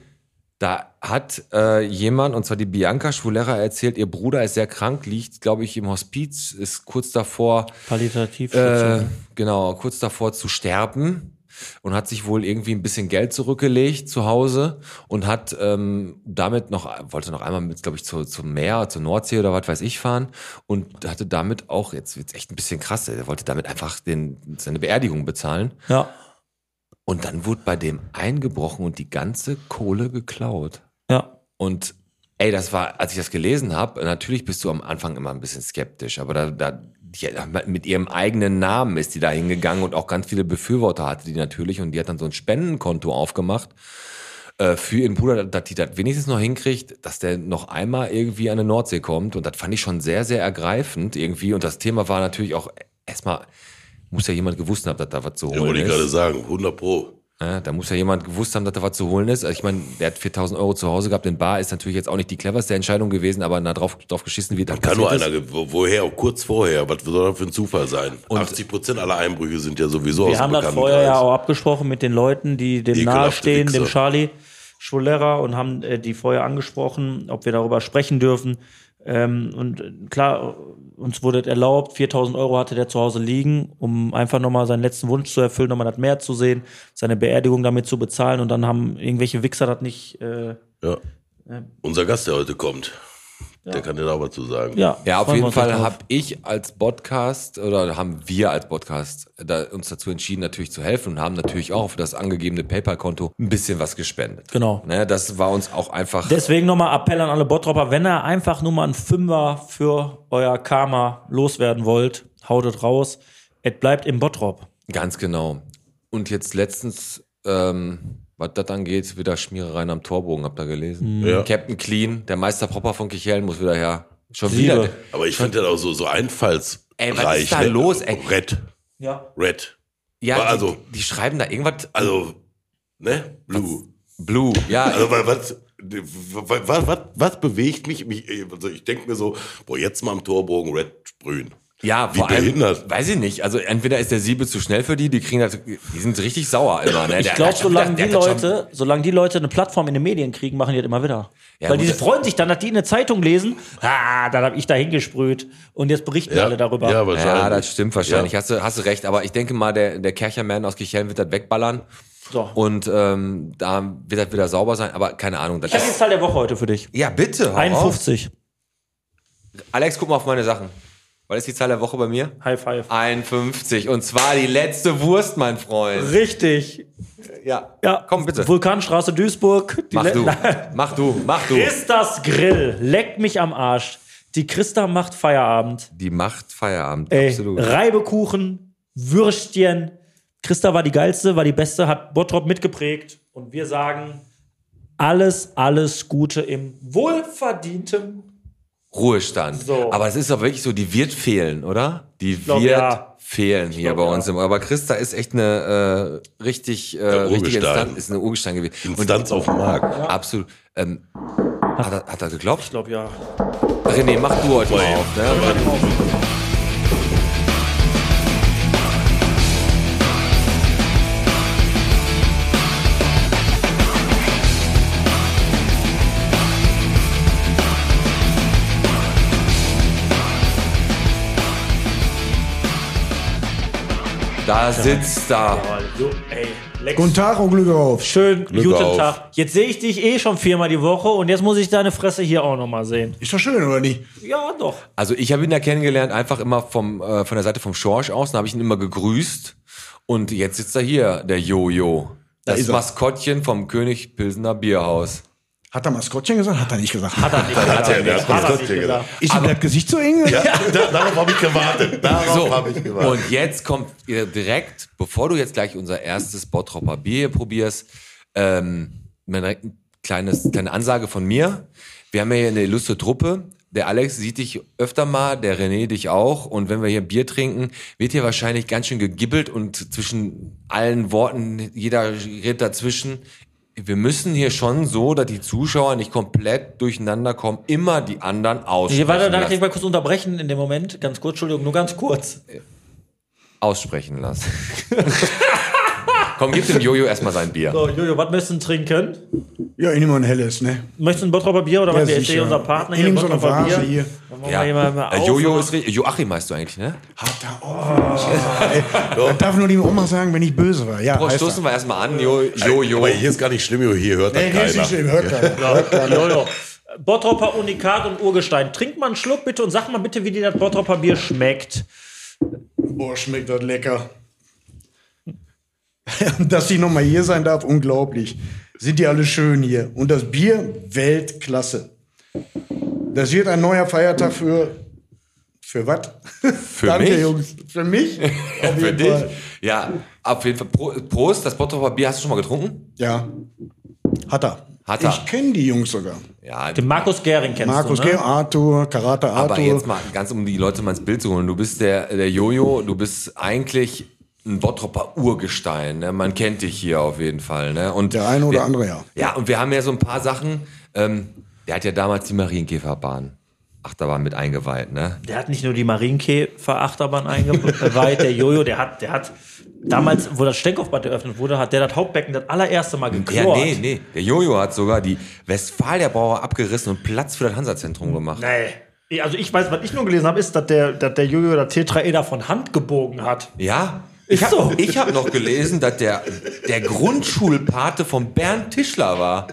Da hat äh, jemand, und zwar die Bianca Schwulera, erzählt, ihr Bruder ist sehr krank, liegt, glaube ich, im Hospiz, ist kurz davor, Palliativ. äh, genau, kurz davor zu sterben und hat sich wohl irgendwie ein bisschen Geld zurückgelegt zu Hause und hat ähm, damit noch, wollte noch einmal mit, glaube ich, zu, zum Meer, zur Nordsee oder was weiß ich fahren und hatte damit auch, jetzt wird's echt ein bisschen krass, er wollte damit einfach den, seine Beerdigung bezahlen ja. und dann wurde bei dem eingebrochen und die ganze Kohle geklaut. Ja. Und ey, das war, als ich das gelesen habe, natürlich bist du am Anfang immer ein bisschen skeptisch, aber da, da die, mit ihrem eigenen Namen ist die da hingegangen und auch ganz viele Befürworter hatte die natürlich und die hat dann so ein Spendenkonto aufgemacht äh, für ihren Bruder, dass die das wenigstens noch hinkriegt, dass der noch einmal irgendwie an die Nordsee kommt und das fand ich schon sehr, sehr ergreifend irgendwie und das Thema war natürlich auch erstmal muss ja jemand gewusst haben, dass da was zu Ja, holen wollte ich gerade ist. sagen, 100 Pro. Ja, Ne? da muss ja jemand gewusst haben, dass da was zu holen ist. Also ich meine, der hat 4000 Euro zu Hause gehabt in Bar, ist natürlich jetzt auch nicht die cleverste Entscheidung gewesen, aber na drauf, drauf geschissen wird. Kann nur einer, ge- wo- woher, kurz vorher, was soll das für ein Zufall sein? Und- 80 Prozent aller Einbrüche sind ja sowieso Wir haben das Bekanntenkreis. vorher ja auch abgesprochen mit den Leuten, die dem Ekelhafte nahestehen, dem Wichser. Charlie Schulera und haben äh, die vorher angesprochen, ob wir darüber sprechen dürfen. Ähm, und äh, klar, uns wurde es erlaubt, 4000 Euro hatte der zu Hause liegen, um einfach nochmal seinen letzten Wunsch zu erfüllen, nochmal das Meer zu sehen, seine Beerdigung damit zu bezahlen und dann haben irgendwelche Wichser das nicht, äh, Ja. Unser Gast, der heute kommt, der kann dir da was zu sagen. ja. Ja, auf freuen wir jeden uns jetzt Fall drauf. habe ich als Podcast oder haben wir als Podcast da, uns dazu entschieden, natürlich zu helfen und haben natürlich auch auf das angegebene PayPal-Konto ein bisschen was gespendet. Genau. Ne, das war uns auch einfach. Deswegen nochmal Appell an alle Bottropper, wenn ihr einfach nur mal einen Fünfer für euer Karma loswerden wollt, haut es raus. Es bleibt im Bottrop. Ganz genau. Und jetzt letztens, ähm, was das angeht, wieder Schmierereien am Torbogen, habt ihr Mhm. gelesen. Ja. Captain Clean, der Meister Propper von Kichellen muss wieder her. Schon Siebe. wieder. Aber ich finde das auch so, so einfallsreich. Ey, was ist da ne? los, ey? Red, Ja. Red. Ja, also. Also- die, die schreiben da irgendwas. Also, ne? Blue. Blue, ja. Also, wa- was, was, was, was, was bewegt mich? mich also ich denke mir so, boah, jetzt mal am Torbogen Red sprühen. Ja, Wie vor allem, behindert. weiß ich nicht. Also entweder ist der Siebe zu schnell für die, die kriegen das, die sind richtig sauer immer. Ne? Ich glaube, solange die Leute, solange die Leute eine Plattform in den Medien kriegen, machen die das immer wieder. Ja, Weil gut, die das- freuen sich dann, dass die eine Zeitung lesen. Ah, dann habe ich da hingesprüht. Und jetzt berichten alle darüber. Ja, Ja, wahrscheinlich. das stimmt wahrscheinlich. Hast, du, hast du recht, aber ich denke mal, der, der Kercherman aus Kichellen wird das wegballern. So. Und ähm, da wird das wieder sauber sein, aber keine Ahnung. Das ich habe die ist, Zahl der Woche heute für dich. ja, bitte. hau auf. 51. Alex, guck mal auf meine Sachen. Was ist die Zahl der Woche bei mir? High five. 51. Und zwar die letzte Wurst, mein Freund. Richtig. Ja. Ja. Komm, bitte. Vulkanstraße Duisburg. Die Mach Le- du. Nein. Mach du. Mach du. Christas Grill, leck mich am Arsch. Die Christa macht Feierabend. Die macht Feierabend. Ey, Absolut. Reibekuchen, Würstchen. Christa war die geilste, war die beste, hat Bottrop mitgeprägt. Und wir sagen alles, alles Gute im wohlverdienten. Ruhestand. So. Aber es ist doch wirklich so, die wird fehlen, oder? Die glaub, wird ja. fehlen hier bei ja. uns. im- Aber Christa ist echt eine äh, richtig äh, richtige Urgestein. Instanz, ist eine Urgestein gewesen. Und Instanz auf dem Markt. absolut. Ähm, hat, er, hat er geglaubt? Ich glaube ja. René, mach du heute mal auf. Ne? Da sitzt da. So, ey, leck. Guten Tag und Glück auf. Schön, guten auf. Tag. Jetzt sehe ich dich eh schon viermal die Woche und jetzt muss ich deine Fresse hier auch nochmal sehen. Ist doch schön, oder nicht? Ja, doch. Also ich habe ihn ja kennengelernt, einfach immer vom, äh, von der Seite vom Schorsch aus. Dann habe ich ihn immer gegrüßt. Und jetzt sitzt er hier, der Jojo. Das ist ist er. Maskottchen vom König Pilsener Bierhaus. Hat er Maskottchen gesagt? Hat er nicht gesagt. Hat er nicht gesagt. er- der Hat hat er das nicht Gott gesagt. ist ihm das Gesicht so eng? Da- Darauf habe ich gewartet. Darauf So, habe ich gewartet. und jetzt kommt ihr direkt, bevor du jetzt gleich unser erstes Bottropper Bier hier probierst, ähm, mal direkt ein kleines, kleine Ansage von mir. Wir haben ja hier eine illustre Truppe. Der Alex sieht dich öfter mal, der René dich auch. Und wenn wir hier Bier trinken, wird hier wahrscheinlich ganz schön gegibbelt und zwischen allen Worten, jeder redet dazwischen. Wir müssen hier schon so, dass die Zuschauer nicht komplett durcheinander kommen, immer die anderen aussprechen. Hier, warte, darf ich dich lassen. mal kurz unterbrechen in dem Moment? Ganz kurz, Entschuldigung, nur ganz kurz. aussprechen lassen. Komm, gib dem Jojo erstmal sein Bier. So, Jojo, was möchtest du denn trinken? Ja, ich nehme mal ein helles, ne? Möchtest du ein Bottropper Bier oder Ja, was? Wir sicher. erzählen unser Partner Ich hier. nehm so eine Bottroper Vase Bier. hier. Dann machen Ja. wir hier mal, mal Äh, auf. ne? Jojo ist richtig. Joachim meinst du eigentlich, ne? Hat er auch. Oh, darf nur die Oma sagen, wenn ich böse war. Ja, Boah, heißt stoßen wir erstmal Äh, an, Jo- Jojo. Aber hier ist gar nicht schlimm, hier hört er. nee, Ey, hier ist keiner. nicht schlimm, hört keiner. Jojo. Bottropper Unikat und Urgestein. Trink mal einen Schluck bitte und sag mal bitte, wie dir das Bottropper Bier schmeckt. Boah, schmeckt das lecker. Dass ich nochmal hier sein darf, unglaublich. Sind die alle schön hier. Und das Bier, Weltklasse. Das wird ein neuer Feiertag für. Für was? Für Danke, mich? Jungs. Für mich? Auf Für jeden dich. Fall. Ja, auf jeden Fall. Pro- Prost, das Bottroper Bier hast du schon mal getrunken? Ja. Hat er. Hat er. Ich kenne die Jungs sogar. Ja, Den Markus Gering kennst Markus du, ne? G., Arthur, Karate Arthur. aber jetzt mal ganz um die Leute mal ins Bild zu holen. Du bist der, der Jojo, du bist eigentlich ein Bottropper Urgestein. Ne? Man kennt dich hier auf jeden Fall. Ne? Und Der eine oder wir, andere, ja. Ja, und wir haben ja so ein paar Sachen. Ähm, der hat ja damals die Marienkäferbahn, Achterbahn mit eingeweiht. Ne? Der hat nicht nur die Marienkäfer-Achterbahn eingeweiht, der Jojo, der hat, der hat damals, wo das Steckaufbad eröffnet wurde, hat der das Hauptbecken das allererste Mal Ja, geklort. nee, nee. Der Jojo hat sogar die Westfalia Brauer abgerissen und Platz für das Hansa-Zentrum gemacht. Nee. Also ich weiß, was ich nur gelesen habe, ist, dass der, dass der Jojo das Tetraeder von Hand gebogen hat. Ja. Ist Ich habe so. hab noch gelesen, dass der, der Grundschulpate von Bernd Tischler war.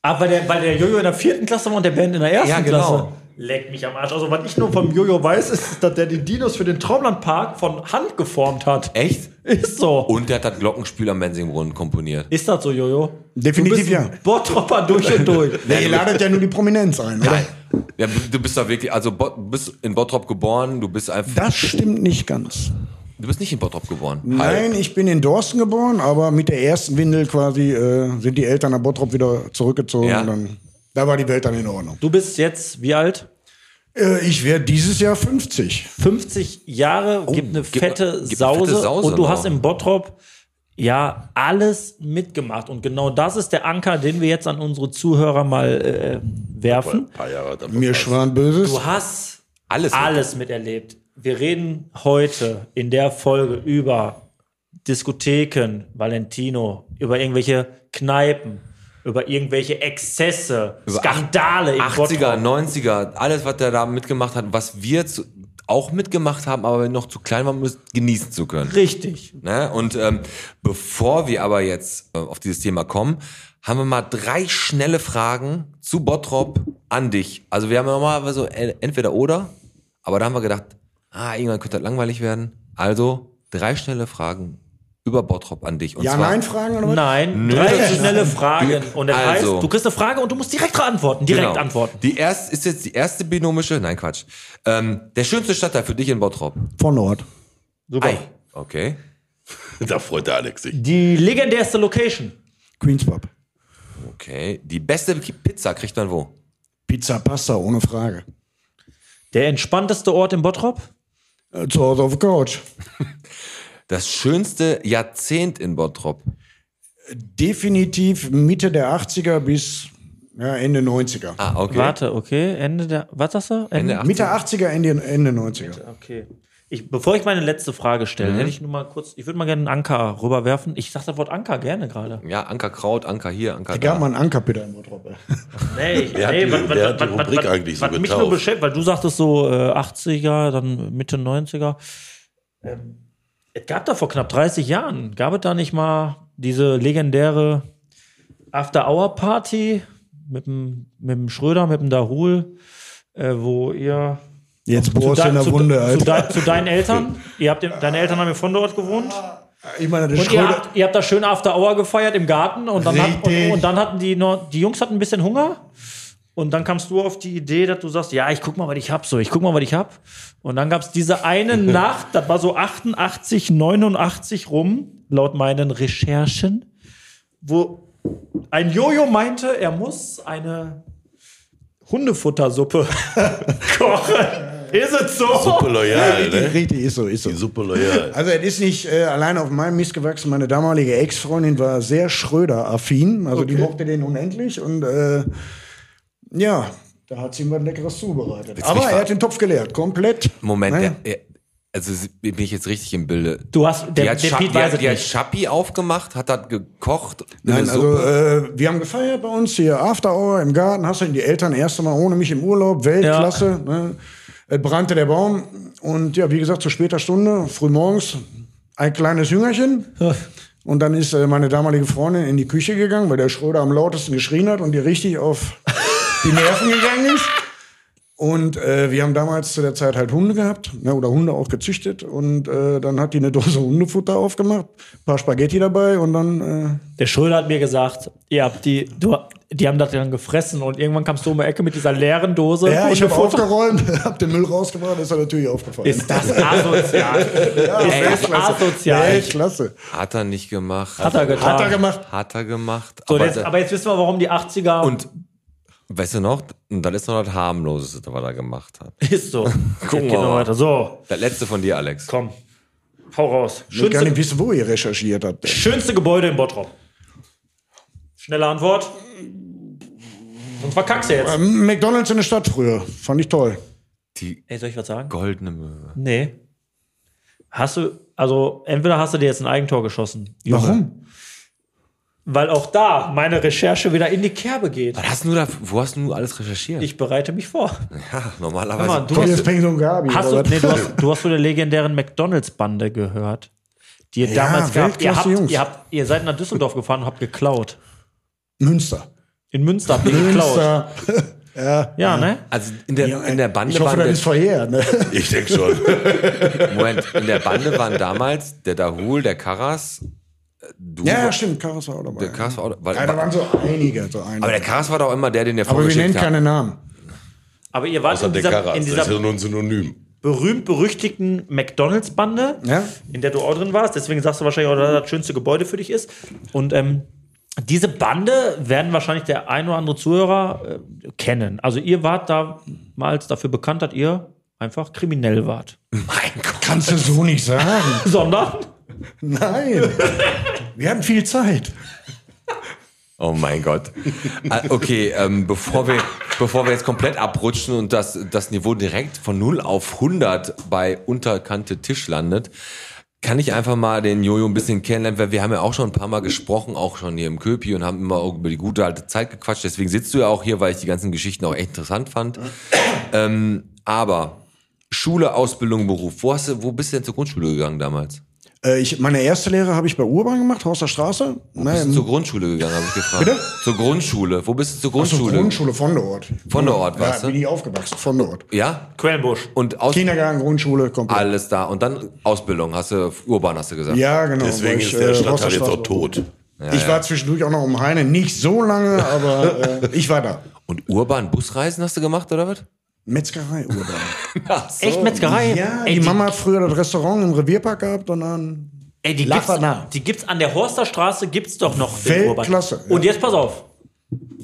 Aber der, Ah, weil der Jojo in der vierten Klasse war und der Band in der ersten Ja, genau. Klasse. Leck mich am Arsch. Also, was ich nur vom Jojo weiß, ist, dass der die Dinos für den Traumlandpark von Hand geformt hat. Echt? Ist so. Und der hat das Glockenspiel am Mensingbrunnen komponiert. Ist das so, Jojo? Definitiv du bist ein ja. Bottropper durch und durch. Ihr ladet ja nur die Prominenz ein, oder? Ja, du bist da wirklich, also Bot, du bist in Bottrop geboren, du bist einfach. Das stimmt nicht ganz. Du bist nicht in Bottrop geboren. Halt. Halt. Hi. Nein, ich bin in Dorsten geboren, aber mit der ersten Windel quasi äh, sind die Eltern nach Bottrop wieder zurückgezogen. Ja. Und dann, da war die Welt dann in Ordnung. Du bist jetzt wie alt? Äh, ich werde dieses Jahr 50. 50 Jahre, Oh, gibt eine gib- fette, gib Sause, eine fette Sause und du noch. hast im Bottrop ja alles mitgemacht. Und genau das ist der Anker, den wir jetzt an unsere Zuhörer mal äh, werfen. Ein paar Jahre hat er Mir schwan Böses. Du hast Alles. alles miterlebt. Wir reden heute in der Folge über Diskotheken, Valentino, über irgendwelche Kneipen, über irgendwelche Exzesse, Skandale im 80er, Bottrop. 90er, alles, was der da mitgemacht hat, was wir zu, auch mitgemacht haben, aber noch zu klein waren, um es genießen zu können. Richtig. Ne? Und ähm, bevor wir aber jetzt äh, auf dieses Thema kommen, haben wir mal drei schnelle Fragen zu Bottrop an dich. Also wir haben ja normalerweise so en- entweder oder, aber da haben wir gedacht, ah, irgendwann könnte das langweilig werden. Also drei schnelle Fragen über Bottrop an dich. Und Ja, zwar- nein, Fragen oder was? Nein, Nö, drei das ist- schnelle Fragen. Und das Also. heißt, du kriegst eine Frage und du musst direkt antworten. Direkt Genau. antworten. Die erste ist jetzt die erste binomische. Nein, Quatsch. Ähm, der schönste Stadtteil für dich in Bottrop. Von Nord. Super. Okay. Da freut der Alex sich. Die legendärste Location. Queens Pub. Okay. Die beste Pizza kriegt man wo? Pizza Pasta, ohne Frage. Der entspannteste Ort im Bottrop? Äh, Zu Hause auf der Couch. Das schönste Jahrzehnt in Bottrop. Definitiv Mitte der 80er bis ja, Ende 90er. Ah, okay. Warte, okay. Ende der. Was sagst du? Ende 80er. Mitte 80er, Ende, Ende 90er. Okay. Ich, bevor ich meine letzte Frage Mhm. stelle, hätte ich nur mal kurz, ich würde mal gerne einen Anker rüberwerfen. Ich sag das Wort Anker gerne gerade. Ja, Anker Kraut, Anker hier, Anker Da gab da. mal einen Ankerpeter in Bottrop. ey. Nee, ich, Wer hat die- wer hat die Rubrik eigentlich so was mich getauft? nur beschäftigt, weil du sagtest so äh, 80er, dann Mitte 90er. Ähm, es gab da vor knapp 30 Jahren, gab es da nicht mal diese legendäre After-Hour-Party mit dem, mit dem Schröder, mit dem Dahul, äh, wo ihr Jetzt zu, bohrst du in der zu, Wunde, halt- zu, Alter. dein- zu deinen Eltern, ihr habt, deine Eltern haben ja von dort gewohnt. Ich meine, der Und ihr Schröder, habt, ihr habt da schön After Hour gefeiert im Garten und dann, hat, und, Richtig. und dann hatten die noch, die Jungs hatten ein bisschen Hunger und dann kamst du auf die Idee, dass du sagst, ja, ich guck mal, was ich hab, so, ich guck mal, was ich hab. Und dann gab's diese eine Nacht, das war so 88, 89 rum, laut meinen Recherchen, wo ein Jojo meinte, er muss eine Hundefuttersuppe kochen. Ist es so? Suppe loyal, ne? richtig ist so, ist so. Die Suppe loyal. Also es ist nicht äh, alleine auf meinem Mist gewachsen. Meine damalige Ex-Freundin war sehr Schröder-affin. Also die mochte den unendlich. Und äh, ja, da hat sie ihm was Leckeres zubereitet. Aber mich er ver- hat den Topf geleert, komplett. Moment, Naja. der, er- also sie- bin ich jetzt richtig im Bilde. Du hast, die der, hat, der Scha- Piet die, weiß hat, es die hat nicht. Schappi aufgemacht, hat das gekocht. Nein, eine also Suppe. äh, wir haben gefeiert bei uns hier After Hour im Garten. Hast du die Eltern erst einmal ohne mich im Urlaub, Weltklasse. Ne? Es brannte der Baum und ja, wie gesagt, zu später Stunde, frühmorgens, ein kleines Jüngerchen. Und dann ist äh, meine damalige Freundin in die Küche gegangen, weil der Schröder am lautesten geschrien hat und die richtig auf die Nerven gegangen ist. Und äh, wir haben damals zu der Zeit halt Hunde gehabt ne, oder Hunde auch gezüchtet. Und äh, dann hat die eine Dose Hundefutter aufgemacht, ein paar Spaghetti dabei und dann äh, Der Schröder hat mir gesagt, ihr habt die, du, die haben das dann gefressen und irgendwann kamst du um die Ecke mit dieser leeren Dose. Ja, und ich habe Foto- aufgeräumt, habe den Müll rausgebracht, ist er natürlich aufgefallen. Ist das asozial? ey, ist das asozial? Weltklasse. Hat er nicht gemacht. also- Hat er getan. Hat er gemacht. Hat er gemacht. so, aber, jetzt, da- aber jetzt wissen wir, warum die 80er und weißt du noch, und dann ist noch das harmloseste, was er gemacht hat. ist so. Jetzt Gucken geht wir noch mal. weiter. So, Das letzte von dir, Alex. komm. Hau raus. Ich will gar nicht Schönste, wissen, wo ihr recherchiert habt. schönste Gebäude in Bottrop. Schnelle Antwort. Sonst verkackst du jetzt. Ähm, McDonalds in der Stadt früher. Fand ich toll. Die Ey, soll ich was sagen? goldene Möwe. Nee. Hast du, also entweder hast du dir jetzt ein Eigentor geschossen. Junge. Warum? Weil auch da meine Recherche wieder in die Kerbe geht. Was hast du da, wo hast du alles recherchiert? Ich bereite mich vor. ja, Hör normalerweise. mal, du Kommt hast, Also, jetzt Peng und Gabi. hast du, oder was? nee, du, hast, du hast von der legendären McDonalds-Bande gehört, die ihr Ja, damals gehabt ihr habt, Weltklasse-Jungs. ihr habt. Ihr seid nach Düsseldorf gefahren und habt geklaut. Münster. In Münster habt ihr geklaut. Münster. Ja, ne? also in der, in der Bande äh, Ich hoffe, waren das ist verjährt. Ne? Ich denke schon. Moment, in der Bande waren damals der Dahul, der Karas, äh, du. Ja, ja, stimmt. Karas war auch dabei. der Karas war auch, weil, ja, da waren so einige. So einige. aber der Karas war doch immer der, den der Aber wir vorgeschickt nennen hat. keine Namen. Aber ihr wart Außer also- in der dieser, Karas. in Das ist ja dieser nur ein Synonym. berühmt-berüchtigten McDonalds-Bande, Ja. in der du auch drin warst. Deswegen sagst du wahrscheinlich auch, dass das das schönste Gebäude für dich ist. Und ähm, diese Bande werden wahrscheinlich der ein oder andere Zuhörer äh, kennen. Also ihr wart damals dafür bekannt, dass ihr einfach kriminell wart. Kannst du so nicht sagen. Sondern Nein. Wir hatten viel Zeit. Oh mein Gott. Ah, okay, ähm, bevor, wir, bevor wir jetzt komplett abrutschen und das, das Niveau direkt von 0 auf 100 bei unterkante Tisch landet, kann ich einfach mal den Jojo ein bisschen kennenlernen, weil wir haben ja auch schon ein paar Mal gesprochen, auch schon hier im Köpi und haben immer über die gute alte Zeit gequatscht. Deswegen sitzt du ja auch hier, weil ich die ganzen Geschichten auch echt interessant fand. Ähm, aber Schule, Ausbildung, Beruf. Wo, hast du, wo bist du denn zur Grundschule gegangen damals? Äh, ich, meine erste Lehre habe ich bei Urban gemacht, Horster Straße. ne, Bist du Nein, zur Grundschule gegangen, habe ich gefragt. Bitte? Zur Grundschule. Wo bist du zur zur Grundschule? Grundschule von dort. Von der Ort, Ja, warst bin du? ich aufgewachsen, von dort. Ja? Quellenbusch. Und aus Kindergarten, Grundschule, komplett. alles da. Und dann Ausbildung, hast du, urban hast du gesagt. Ja, genau. Deswegen weil ich, ist der äh, Stadtteil Horster jetzt auch Straße- tot. ich war zwischendurch auch noch um Heine, nicht so lange, aber äh, ich war da. Und urban Busreisen hast du gemacht, oder was? Metzgerei Urban. Echt Metzgerei? Ja, ey, die Mama hat früher das Restaurant im Revierpark gehabt und dann. Ey, die Lach gibt's, mal nach. die gibt's an der Horster Straße, gibt's doch noch in Weltklasse, Urban. Und jetzt pass auf.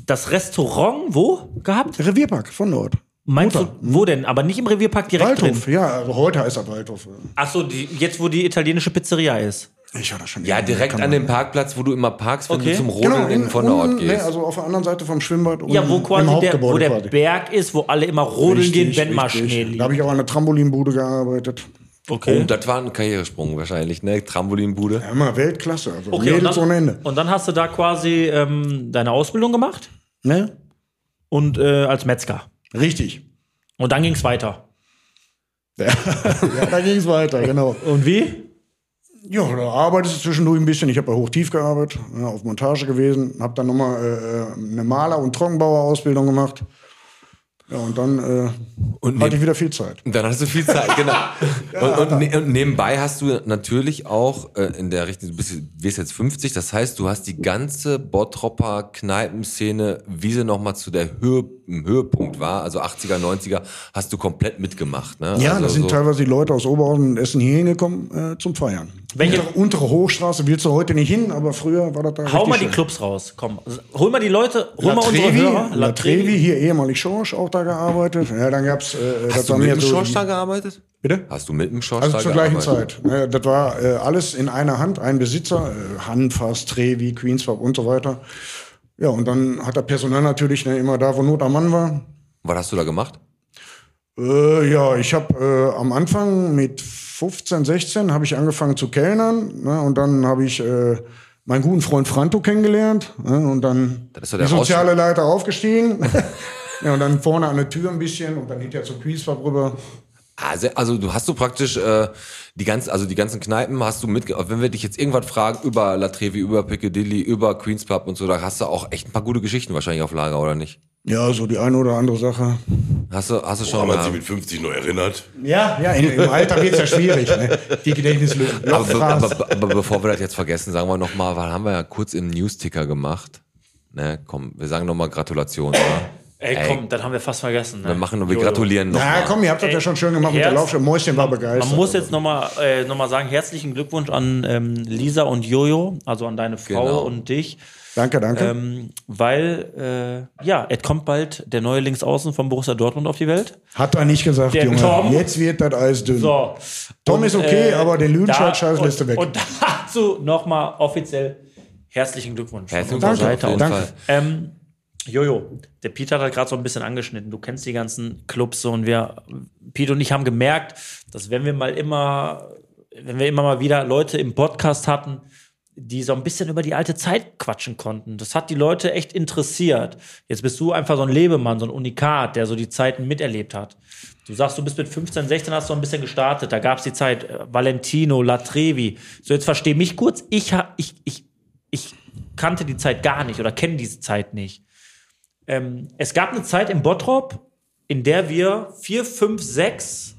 Das Restaurant wo gehabt? Revierpark von dort. Meinst du, wo denn? Aber nicht im Revierpark direkt drin. Waldhof, ja, also heute heißt er Waldhof. Achso, jetzt wo die italienische Pizzeria ist. Ich war da schon Ja, direkt an dem Parkplatz, wo du immer parkst, wenn Okay. du zum Rodeln in von der Genau, unten, Ort gehst. Ne, also auf der anderen Seite vom Schwimmbad Ja, unten wo quasi der, wo Hauptgebäude der quasi. Berg ist, wo alle immer rodeln gehen, wenn mal richtig. Schnee Da liegt. habe ich auch an der Trampolinbude gearbeitet. Okay. Oh, das war ein Karrieresprung wahrscheinlich, ne? Trampolinbude. Ja, immer Weltklasse, also okay und, Mädels ohne dann, Ende. und dann hast du da quasi ähm, deine Ausbildung gemacht Ne? und äh, als Metzger. Richtig. Und dann ging's weiter. Ja, ja da ging es weiter, genau. Und wie? Ja, da arbeitest du zwischendurch ein bisschen. Ich habe bei Hochtief gearbeitet, ja, auf Montage gewesen, habe dann nochmal äh, eine Maler- und Trockenbauer-Ausbildung gemacht. Ja, und dann äh, Und hatte neb- ich wieder viel Zeit. Und dann hast du viel Zeit, genau. und, und, ne, und nebenbei hast du natürlich auch äh, in der Richtung, du bist, wirst jetzt 50, das heißt, du hast die ganze Bottropper Kneipenszene, wie sie nochmal zu der Höhe, im Höhepunkt war, also 80er, 90er, hast du komplett mitgemacht. Ne? Ja, also da sind teilweise die Leute aus Oberhausen und Essen hier hingekommen äh, zum Feiern. Welche- Untere, untere Hochstraße willst du heute nicht hin, aber früher war das da Hau richtig mal die schön. Clubs raus. Komm, hol mal die Leute, hol La mal unsere Trevi, Hörer. La Trevi, hier ehemalig Schorsch, auch da gearbeitet. Ja, dann gab's. Äh, Hast du mir mit dem so- Schorsch da gearbeitet? Bitte? Hast du mit dem Schorsch Also da zur gleichen gearbeitet? Zeit. Ja, das war äh, alles in einer Hand, ein Besitzer, äh, Hanfas, Trevi, Queensfarb und so weiter. Ja, und dann hat das Personal natürlich ne, immer da, wo Not am Mann war. Was hast du da gemacht? Äh, ja, ich habe äh, am Anfang mit 15, 16 habe ich angefangen zu kellnern. Ne, und dann habe ich äh, meinen guten Freund Franto kennengelernt. Ne, und dann Das ist doch die der soziale Leiter aufgestiegen. ja, und dann vorne an der Tür ein bisschen und dann hinterher zum Queensfarb rüber. Also, also du hast du praktisch äh, die ganzen, also die ganzen Kneipen hast du mit. Wenn wir dich jetzt irgendwas fragen über La Trevi, über Piccadilly, über Queens Pub und so, da hast du auch echt ein paar gute Geschichten wahrscheinlich auf Lager oder nicht? Ja, so die eine oder andere Sache. Hast du, hast du schon Haben wir sie mal? mit 50 nur erinnert? Ja, ja in, im Alter wird's ja schwierig, ne? die Gedächtnislücken. Aber, be, Lochfraß. aber, be- aber bevor wir das jetzt vergessen, sagen wir nochmal, weil haben wir ja kurz im Newsticker gemacht. Ne, komm, wir sagen nochmal Gratulation, oder? Ey, komm, das haben wir fast vergessen. Ne? Dann machen wir, wir Jojo. gratulieren Na nochmal. komm, ihr habt das Ey, ja schon schön gemacht mit der Herz- Laufschuhe. Mäuschen war begeistert. Man muss jetzt nochmal äh, noch mal sagen, herzlichen Glückwunsch an ähm, Lisa und Jojo, also an deine Frau Genau. und dich. Danke, danke. Ähm, weil, äh, ja, es kommt bald der neue Linksaußen von Borussia Dortmund auf die Welt. Hat er nicht gesagt, der Junge. Tom- Jetzt wird das Eis dünn. So. äh, Tom ist okay, aber den Lüdenscheid da- scheiß Liste und, weg. Und dazu nochmal offiziell herzlichen Glückwunsch. von Herzlichen unserer Glückwunsch, Seite auf jeden Fall. danke. Ähm, Jojo, der Pete hat das gerade so ein bisschen angeschnitten. Du kennst die ganzen Clubs so und wir, Pete und ich haben gemerkt, dass wenn wir mal immer, wenn wir immer mal wieder Leute im Podcast hatten, die so ein bisschen über die alte Zeit quatschen konnten. Das hat die Leute echt interessiert. Jetzt bist du einfach so ein Lebemann, so ein Unikat, der so die Zeiten miterlebt hat. Du sagst, du bist mit 15, 16 hast du ein bisschen gestartet. Da gab es die Zeit äh, Valentino, Latrevi. So, jetzt versteh mich kurz. Ich, ha- ich, ich ich kannte die Zeit gar nicht oder kenne diese Zeit nicht. Ähm, es gab eine Zeit in Bottrop, in der wir vier, fünf, sechs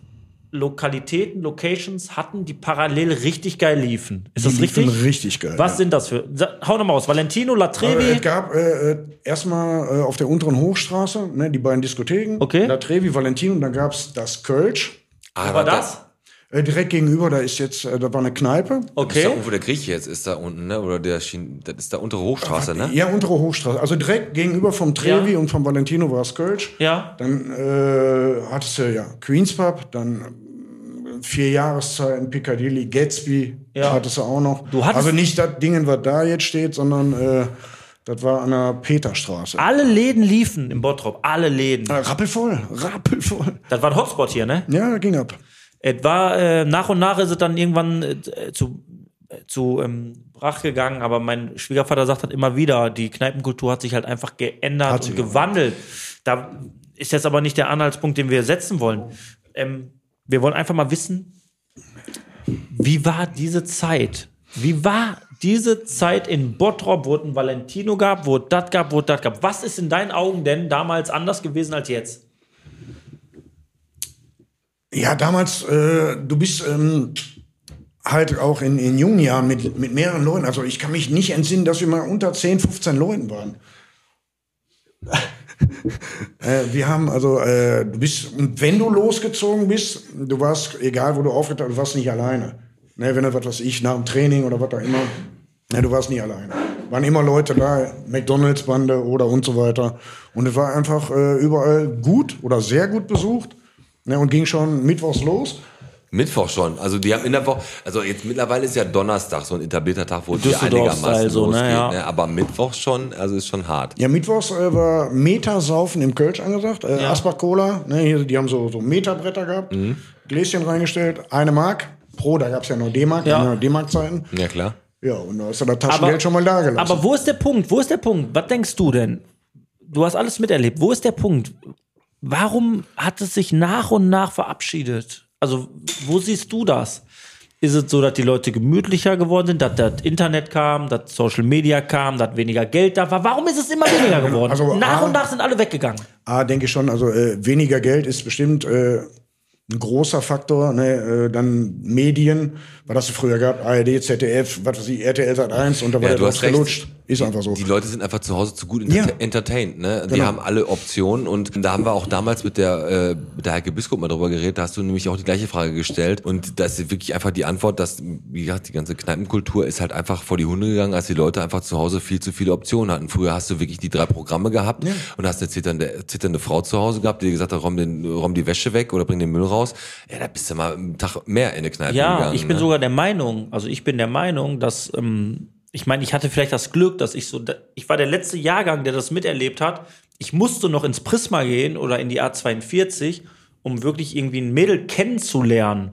Lokalitäten, Locations hatten, die parallel richtig geil liefen. Ist Die das liefen richtig? richtig geil, Was ja. sind das für? Sa- Hau nochmal aus. Valentino, Latrevi. Äh, Es gab äh, äh, erstmal äh, auf der unteren Hochstraße ne, die beiden Diskotheken. Okay. La Trevi, Valentino. Und dann gab es das Kölsch. Ah, war da- das? Äh, direkt gegenüber, da ist jetzt, äh, da war eine Kneipe. Ist da Okay. irgendwo der Grieche jetzt ist da unten, ne? Oder der Schien, das ist da untere Hochstraße, ne? Ja, untere Hochstraße. Also direkt gegenüber vom Trevi Ja. und vom Valentino war es Kölsch. Ja. Dann äh, hattest du ja Queens Pub, dann äh, vier Jahreszeiten, Piccadilly, Gatsby Ja. hattest du auch noch. Du hattest- also nicht das Ding, was da jetzt steht, sondern äh, das war an der Peterstraße. Alle Läden liefen im Bottrop. Alle Läden. Äh, Rappelvoll, rappelvoll. Das war ein Hotspot hier, ne? Ja, ging ab. Es war, äh, nach und nach ist es dann irgendwann äh, zu, äh, zu ähm, Brach gegangen, aber mein Schwiegervater sagt halt immer wieder, die Kneipenkultur hat sich halt einfach geändert Hat und sich gewandelt. Da ist jetzt aber nicht der Anhaltspunkt, den wir setzen wollen. Ähm, wir wollen einfach mal wissen, wie war diese Zeit? Wie war diese Zeit in Bottrop, wo es ein Valentino gab, wo es das gab, wo es das gab? Was ist in deinen Augen denn damals anders gewesen als jetzt? Ja, damals, äh, du bist ähm, halt auch in, in jungen Jahren mit, mit mehreren Leuten. Also ich kann mich nicht entsinnen, dass wir mal unter 10, 15 Leuten waren. äh, wir haben also, äh, du bist, und wenn du losgezogen bist, du warst, egal wo du aufgetaucht bist, du warst nicht alleine. Ne, wenn du was weiß ich, nach dem Training oder was auch immer, ne, du warst nie alleine. Waren immer Leute da, McDonalds-Bande oder und so weiter. Und es war einfach äh, überall gut oder sehr gut besucht. Ne, und ging schon mittwochs los. Mittwoch schon. Also die haben in der Woche, also jetzt mittlerweile ist ja Donnerstag so ein etablierter Tag, wo es ja Düsseldorf-Style einigermaßen so, ne, losgeht. ja. Ne? Aber Mittwoch schon, also ist schon hart. Ja, mittwochs äh, war Metersaufen im Kölsch angesagt. Äh, Ja. Mhm. Asbach Cola, ne, hier, die haben so, so Meterbretter gehabt, Gläschen reingestellt, eine Mark pro, da gab es ja noch D-Mark, Ja. in der D-Mark-Zeiten. Ja, klar. Ja, und da ist ja das Taschengeld schon mal da gelassen. Aber wo ist der Punkt? Wo ist der Punkt? Was denkst du denn? Du hast alles miterlebt. Wo ist der Punkt? Warum hat es sich nach und nach verabschiedet? Also, wo siehst du das? Ist es so, dass die Leute gemütlicher geworden sind, dass das Internet kam, dass Social Media kam, dass weniger Geld da war? Warum ist es immer weniger geworden? Also, nach A- und nach sind alle weggegangen. Ah, denke ich schon, also äh, weniger Geld ist bestimmt äh, ein großer Faktor. Ne? Äh, dann Medien, was hast du früher gehabt? ARD, ZDF, was weiß ich, RTL Sat 1 und da war Ja, der du hast Drops recht. gelutscht. Ist einfach so. Die Leute sind einfach zu Hause zu gut enter Ja. entertained, ne? Genau. Die haben alle Optionen und da haben wir auch damals mit der, äh, mit der Heike Biskup mal drüber geredet, da hast du nämlich auch die gleiche Frage gestellt und das ist wirklich einfach die Antwort, dass, wie gesagt, die ganze Kneipenkultur ist halt einfach vor die Hunde gegangen, als die Leute einfach zu Hause viel zu viele Optionen hatten. Früher hast du wirklich die drei Programme gehabt und hast eine zitternde, zitternde Frau zu Hause gehabt, die dir gesagt hat, räum, den, räum die Wäsche weg oder bring den Müll raus. Ja, da bist du mal einen Tag mehr in der Kneipe Ja, gegangen. ich bin ne? sogar der Meinung, also ich bin der Meinung, dass, ähm, ich meine, ich hatte vielleicht das Glück, dass ich so, ich war der letzte Jahrgang, der das miterlebt hat. Ich musste noch ins Prisma gehen oder in die A42, um wirklich irgendwie ein Mädel kennenzulernen.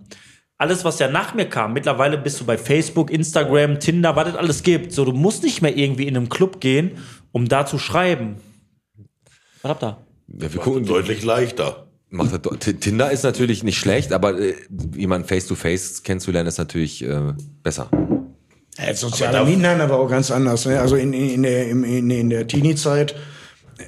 Alles, was ja nach mir kam, mittlerweile bist du bei Facebook, Instagram, Tinder, was es alles gibt. So, du musst nicht mehr irgendwie in einem Club gehen, um da zu schreiben. Was habt ihr? ja, wir gucken, Gucken deutlich leichter. macht das, doch- T- Tinder ist natürlich nicht schlecht, aber äh, jemanden face to face kennenzulernen ist natürlich äh, besser. Äh, soziale Miteinander war auch ganz anders. Ne? Also in, in, in der, im- in, in der Teenie-Zeit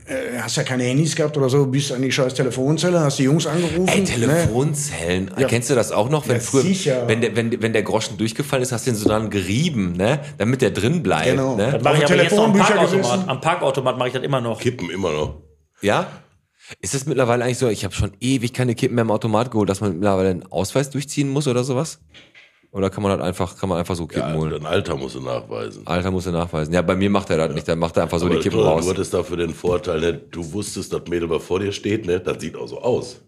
äh, hast ja keine Handys gehabt oder so, bist an die scheiß Telefonzelle, hast die Jungs angerufen. Ey, Ne? Telefonzellen, kennst du das auch noch? Wenn Ja, früher, sicher. wenn der, wenn, wenn der Groschen durchgefallen ist, hast du ihn so dann gerieben, ne? Damit der drin bleibt. Genau. Ne? Das war- Mach ich Auf aber jetzt noch am Telefonbücher Parkautomat. gesessen? Am Parkautomat mache ich das immer noch. Kippen immer noch. Ja? Ist das mittlerweile eigentlich so, ich habe schon ewig keine Kippen mehr im Automat geholt, dass man mittlerweile einen Ausweis durchziehen muss oder sowas? Oder kann man halt einfach, kann man einfach so Kippen Ja, holen? Also also dein Alter musst du nachweisen. Alter muss er nachweisen. Ja, bei mir macht er das nicht. Dann macht er einfach so die Aber Ah, Kippen du, raus. du hattest dafür den Vorteil, ne? du wusstest, das Mädel, was vor dir steht, ne? das sieht auch so aus.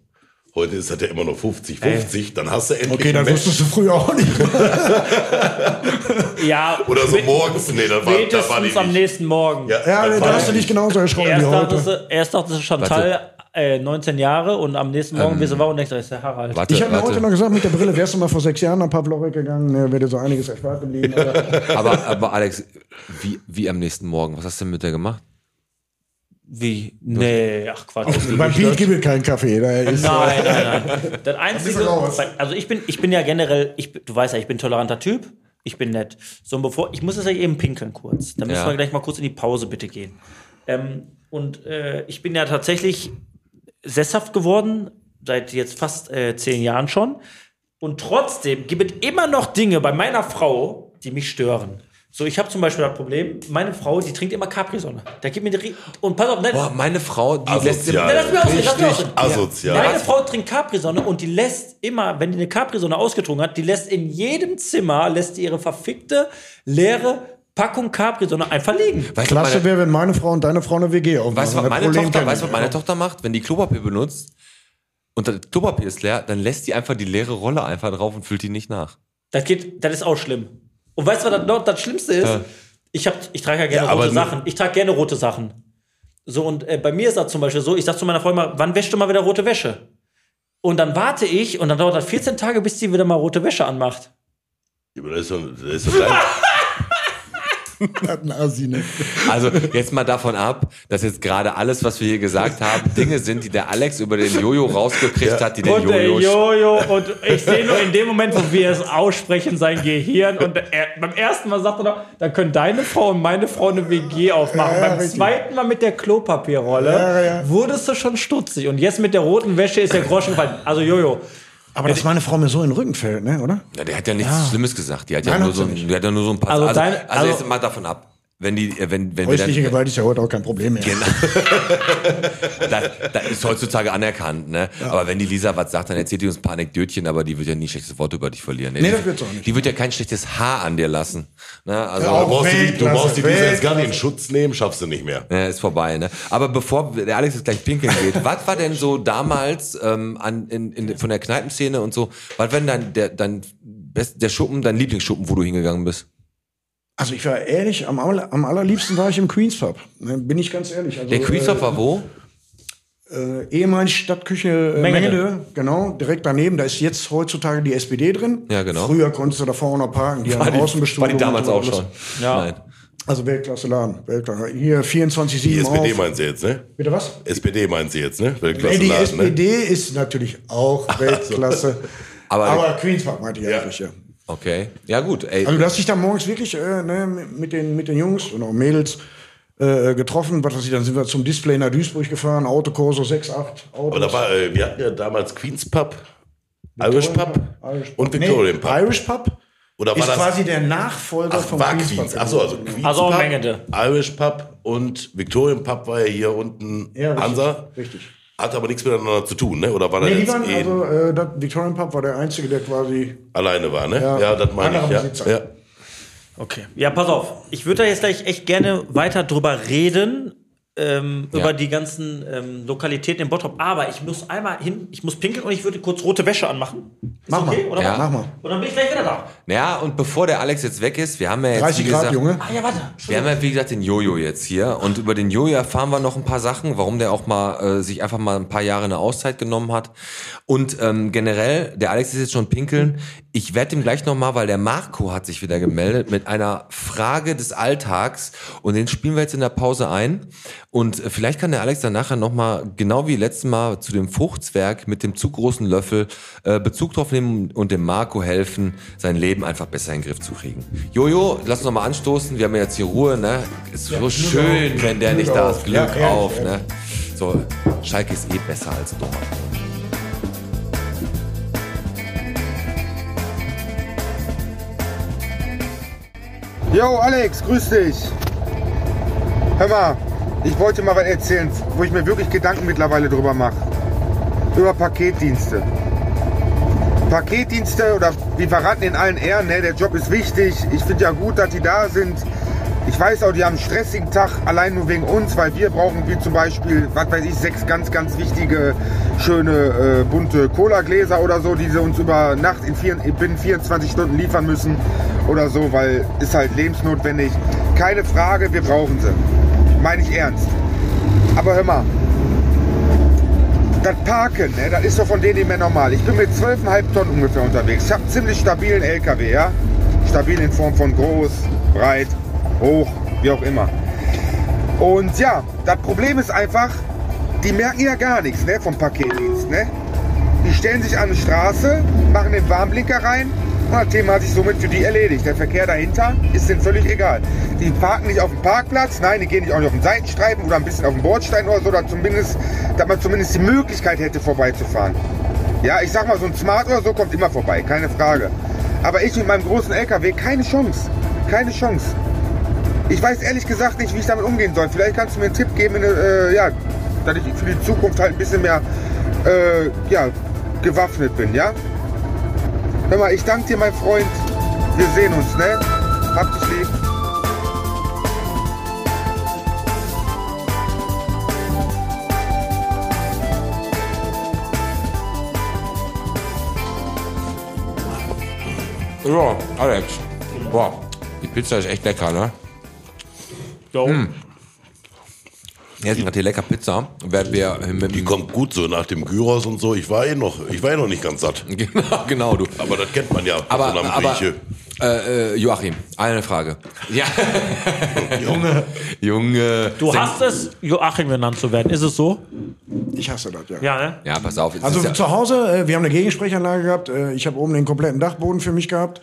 Heute ist das ja immer noch 50-50, dann hast du endlich Okay, ein das Match. wusstest du früher auch nicht. Ja. Oder so morgens. Nee, das war, das war die Spätestens am nicht. nächsten Morgen. Ja, das nee, war da hast du die dich genauso erschrocken wie Erst dachte, heute. sie, erst dachte sie Chantal äh, 19 Jahre und am nächsten Morgen, wie sie war, und denkst, das ist der Harald. Warte, Ich habe mir heute noch warte. gesagt, mit der Brille wärst du mal vor sechs Jahren nach Pavlorek gegangen, ne, wäre dir so einiges erspart geblieben. Aber Aber, aber Alex, wie, wie am nächsten Morgen? Was hast du denn mit der gemacht? Wie? Nee, ach Quatsch. beim Piet gibt es keinen Kaffee. Da ist, Nein, nein, nein. Das Einzige, raus. also ich bin, ich bin ja generell, ich, bin- du weißt ja, ich bin ein toleranter Typ, ich bin nett. So, und bevor, ich muss jetzt ja eben pinkeln kurz. Dann müssen Ja. wir gleich mal kurz in die Pause bitte gehen. Ähm, und äh, ich bin ja tatsächlich sesshaft geworden, seit jetzt fast äh, zehn Jahren schon. Und trotzdem gibt es immer noch Dinge bei meiner Frau, die mich stören. So, ich habe zum Beispiel das Problem, meine Frau, die trinkt immer Capri-Sonne. Da gibt mir die Rie- Und pass auf, nein, Boah, meine Frau, die lässt sich. Asozial. Nein, lass mich ausreden, lass mich Richtig ausreden. asozial. Meine Frau trinkt Capri-Sonne und die lässt immer, wenn die eine Capri-Sonne ausgetrunken hat, die lässt in jedem Zimmer, lässt die ihre verfickte, leere Packung Capri-Sonne einfach liegen. Weißt du, was Klasse meine, wäre, wenn meine Frau und deine Frau eine WG aufmachen. weißt, du, was Das meine Problem Tochter, kenn weißt du, ich. was meine Tochter macht? Wenn die Klopapier benutzt und das Klopapier ist leer, dann lässt die einfach die leere Rolle einfach drauf und füllt die nicht nach. Das geht, das ist auch schlimm. Und weißt du, was das, noch das Schlimmste ist? Ja. Ich, hab, ich trage ja gerne Ja, aber rote nur- Sachen. Ich trage gerne rote Sachen. So, und äh, bei mir ist das zum Beispiel so, ich sag zu meiner Freundin mal, wann wäschst du mal wieder rote Wäsche? Und dann warte ich und dann dauert das 14 Tage, bis sie wieder mal rote Wäsche anmacht. Aber Das ist so, das ist so dein, Ein Assi, ne? Also jetzt mal davon ab, dass jetzt gerade alles, was wir hier gesagt haben, Dinge sind, die der Alex über den Jojo rausgekriegt hat, die der Und der Jojo. Jojo, und ich sehe nur in dem Moment, wo wir es aussprechen, sein Gehirn. Und er, beim ersten Mal sagt er noch, da können deine Frau und meine Frau eine WG aufmachen. Ja, ja, beim richtig. zweiten Mal mit der Klopapierrolle Ja, ja. wurdest du schon stutzig. Und jetzt mit der roten Wäsche ist der Groschen gefallen. Also Jojo, Aber dass meine Frau mir so in den Rücken fällt, ne, oder? Ja, der hat ja nichts Schlimmes gesagt. Die hat, ja Nein, nur hat so, sie nicht. die hat ja nur so ein paar. Also Also, also, deine- also- jetzt mal davon ab. Wenn die, äh, wenn, wenn wir Häusliche dann, Gewalt ist ja heute auch kein Problem mehr. Genau. das, das ist heutzutage anerkannt, ne? Aber wenn die Lisa was sagt, dann erzählt die uns ein paar Anekdötchen, aber die wird ja nie ein schlechtes Wort über dich verlieren. Ne? Nee, Die- das wird sie auch nicht. Die wird ja kein schlechtes Haar an dir lassen. Ne? Also, Ja, du auch. brauchst die, du Weltklasse, brauchst die Lisa jetzt gar nicht in Weltklasse. Schutz nehmen, schaffst du nicht mehr. Ja, ist vorbei, ne? Aber bevor der Alex jetzt gleich pinkeln geht, was war denn so damals ähm, an, in, in, von der Kneipenszene und so, was war denn dein, der, dein best, der Schuppen, dein Lieblingsschuppen, wo du hingegangen bist? Also ich war ehrlich, am, aller- am allerliebsten war ich im Queens Pub. Ne, Bin ich ganz ehrlich. Also, Der Queenshop äh, war wo? äh, ehemalige Stadtküche äh, Mengele. Mengele. genau, direkt daneben. Da ist jetzt heutzutage die SPD drin. Ja, genau. Früher konntest du da vorne noch parken. Die haben war Außenbestuhlung. die damals und auch alles. schon? Ja. Nein. Also Weltklasse Laden. Weltklasse. Hier 24 Die 7 SPD auf. meint sie jetzt, ne? Bitte was? SPD meint sie jetzt, ne? Ey, die Weltklassenladen, ne? SPD ist natürlich auch Weltklasse. Aber- aber, aber Queens Pub meinte ich Ja. eigentlich, ja. Okay. Ja gut, ey. Also, dass ich da morgens wirklich äh, ne, mit, den, mit den Jungs und auch Mädels äh, getroffen, was weiß ich, dann sind wir zum Display nach Duisburg gefahren, Autokorso 6, 8, Autos. Aber da war, äh, wir hatten ja damals Queens Pub, Irish Pub Irish Pub. und Victorian Pub. Nee, Irish Pub Oder war ist das quasi der Nachfolger Ach, von war Queens Queens. Pub. Achso, also Queens Also auch Pub, Mengende. Irish Pub und Victorian Pub war ja hier unten Ja, richtig, Hansa. richtig. Hatte aber nichts miteinander zu tun, ne? Oder war Nee, das die jetzt waren, eh also, äh, das Victorian Pub war der einzige, der quasi. alleine war, ne? Ja, Ja, das meine ich, anderer ja. Besitzer. ja. Okay. Ja, pass auf. Ich würde da jetzt gleich echt gerne weiter drüber reden. Ähm, Ja. Über die ganzen ähm, Lokalitäten in Bottrop. Aber ich muss einmal hin, ich muss pinkeln und ich würde kurz rote Wäsche anmachen. Ist Mach okay, mal. Oder Ja. was? Mach mal. Und dann bin ich gleich wieder da. Ja, und bevor der Alex jetzt weg ist, wir haben ja jetzt 30 wie Grad, gesagt, Junge. Ah ja, warte. Wir haben ja, wie gesagt, den Jojo jetzt hier. Und über den Jojo erfahren wir noch ein paar Sachen, warum der auch mal äh, sich einfach mal ein paar Jahre eine Auszeit genommen hat. Und ähm, generell, der Alex ist jetzt schon pinkeln. Ich werde ihm gleich nochmal, weil der Marco hat sich wieder gemeldet, mit einer Frage des Alltags. Und den spielen wir jetzt in der Pause ein. Und äh, vielleicht kann der Alex dann nachher nochmal, genau wie letztes Mal, zu dem Fruchtzwerg mit dem zu großen Löffel äh, Bezug drauf nehmen und dem Marco helfen, sein Leben einfach besser in den Griff zu kriegen. Jojo, lass uns nochmal anstoßen. Wir haben ja jetzt hier Ruhe, ne? Ist so schön, wenn der nicht da ist. auf. Glück Ja, ehrlich, auf, ehrlich. ne? So, Schalke ist eh besser als Dortmund. Yo, Alex, grüß dich. Hör mal, ich wollte mal was erzählen, wo ich mir wirklich Gedanken mittlerweile drüber mache. Über Paketdienste. Paketdienste oder Lieferanten in allen Ehren, ne, der Job ist wichtig. Ich finde ja gut, dass die da sind. Ich weiß auch, die haben einen stressigen Tag, allein nur wegen uns, weil wir brauchen, wie zum Beispiel, was weiß ich, sechs ganz, ganz wichtige, schöne, äh, bunte Cola-Gläser oder so, die sie uns über Nacht in vier, binnen 24 Stunden liefern müssen oder so, weil ist halt lebensnotwendig. Keine Frage, wir brauchen sie. Meine ich ernst. Aber hör mal, das Parken, ne, das ist doch von denen nicht mehr normal. Ich bin mit 12,5 Tonnen ungefähr unterwegs. Ich habe einen ziemlich stabilen LKW, ja? Stabil in Form von groß, breit, hoch, wie auch immer. Und ja, das Problem ist einfach, die merken ja gar nichts ne, vom Paketdienst. Ne? Die stellen sich an die Straße, machen den Warnblinker rein. Na, das Thema hat sich somit für die erledigt. Der Verkehr dahinter ist denen völlig egal. Die parken nicht auf dem Parkplatz, nein, die gehen nicht auch nicht auf den Seitenstreifen oder ein bisschen auf dem Bordstein oder so, oder zumindest, dass man zumindest die Möglichkeit hätte, vorbeizufahren. Ja, ich sag mal, so ein Smart oder so kommt immer vorbei, keine Frage. Aber ich mit meinem großen LKW, keine Chance. Keine Chance. Ich weiß ehrlich gesagt nicht, wie ich damit umgehen soll. Vielleicht kannst du mir einen Tipp geben, in, äh, ja, dass ich für die Zukunft halt ein bisschen mehr äh, ja, gewaffnet bin, ja? Hör mal, ich danke dir, mein Freund. Wir sehen uns, ne? Hab dich lieb. Ja, Alex. Boah, die Pizza ist echt lecker, ne? Jo. Jetzt gerade die lecker Pizza. Werden wir äh, mit Die kommt gut so nach dem Gyros und so. Ich war eh noch, ich war eh noch nicht ganz satt. genau, genau, du. Aber das kennt man ja Aber, Also, von einem aber Grieche. äh, äh, Joachim, eine Frage. Ja. Junge, Junge. Du hast es, Joachim genannt zu werden. Ist es so? ich hasse das, ja. Ja, ne? Ja, pass auf. es Also ist ja, zu Hause, äh, wir haben eine Gegensprechanlage gehabt. Äh, ich habe oben den kompletten Dachboden für mich gehabt.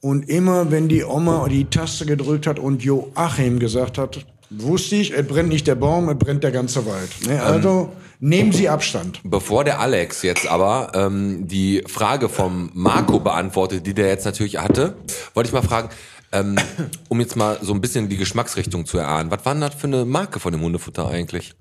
Und immer, wenn die Oma die Taste gedrückt hat und Joachim gesagt hat, wusste ich, es brennt nicht der Baum, es brennt der ganze Wald. Ähm, Ne? Also nehmen Sie Abstand. Bevor der Alex jetzt aber ähm, die Frage vom Marco beantwortet, die der jetzt natürlich hatte, wollte ich mal fragen, ähm, um jetzt mal so ein bisschen die Geschmacksrichtung zu erahnen. Was war denn das für eine Marke von dem Hundefutter eigentlich?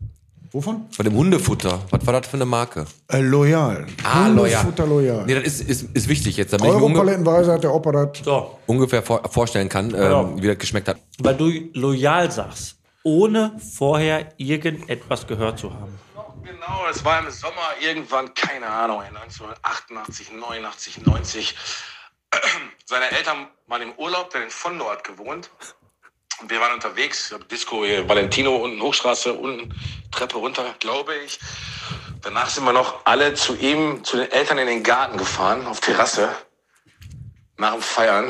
Wovon? Von dem Hundefutter, was war das für eine Marke? Äh, loyal. Hundefutter loyal. Ah, Nee, das ist, ist, ist witig jetzt, damit ich mir unge Europalettenweise hat der Opa das. So, ungefähr vor vorstellen kann, ähm, Genau. wie das geschmeckt hat. weil du loyal sagst, ohne vorher irgendetwas gehört zu haben. Genau, es war im Sommer irgendwann, keine Ahnung, 1988, 89, 90. Seine Eltern waren im Urlaub, der in Fondor hat gewohnt. Und wir waren unterwegs, ich hab Disco hier, Valentino unten, Hochstraße unten, Treppe runter, glaube ich. Danach sind wir noch alle zu ihm, zu den Eltern in den Garten gefahren, auf Terrasse, nach dem Feiern.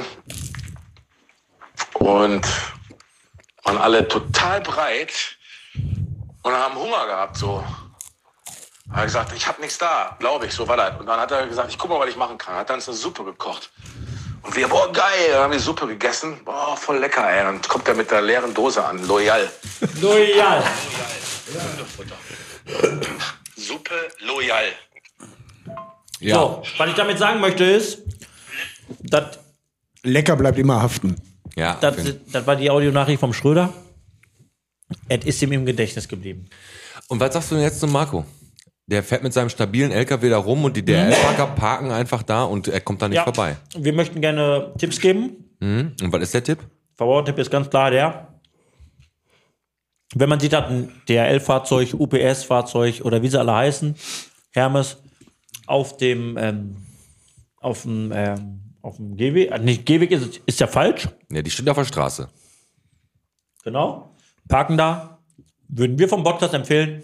Und waren alle total breit und haben Hunger gehabt, so. Er hat gesagt, ich habe nichts da, glaube ich, so war das. Und dann hat er gesagt, ich guck mal, was ich machen kann. Hat dann eine Suppe gekocht. Und wir, boah, geil, dann haben die Suppe gegessen. Boah, voll lecker, ey. Dann kommt er mit der leeren Dose an, Loyal. Loyal. Suppe Loyal. Ja. So, was ich damit sagen möchte ist, das Lecker bleibt immer haften. Ja, das- auf jeden- das war die Audionachricht vom Schröder. Es ist ihm im Gedächtnis geblieben. Und was sagst du denn jetzt zu Marco? Der fährt mit seinem stabilen LKW da rum und die DRL-Packer parken einfach da und er kommt da nicht vorbei. Wir möchten gerne Tipps geben. Mhm. Und was ist der Tipp? Verbrauchertipp ist ganz klar der. Wenn man sieht, hat ein DHL-Fahrzeug, UPS-Fahrzeug oder wie sie alle heißen, Hermes, auf dem, ähm, auf dem, ähm, auf dem Gehweg, äh, nicht Gehweg ist, es- ist ja falsch, Ja, die steht auf der Straße. Genau. Parken da. Würden wir vom Podcast empfehlen,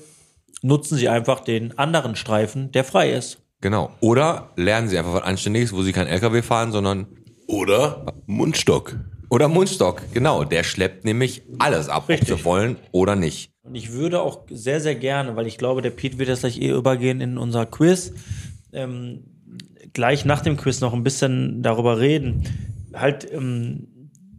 nutzen Sie einfach den anderen Streifen, der frei ist. Genau. Oder lernen sie einfach was Anständiges, wo sie kein LKW fahren, sondern. Oder Mundstock. Oder Mundstock. Genau. Der schleppt nämlich alles ab, Richtig. ob sie wollen oder nicht. Und ich würde auch sehr, sehr gerne, weil ich glaube, der Pete wird jetzt gleich eh übergehen in unser Quiz, ähm, gleich nach dem Quiz noch ein bisschen darüber reden. Halt ähm,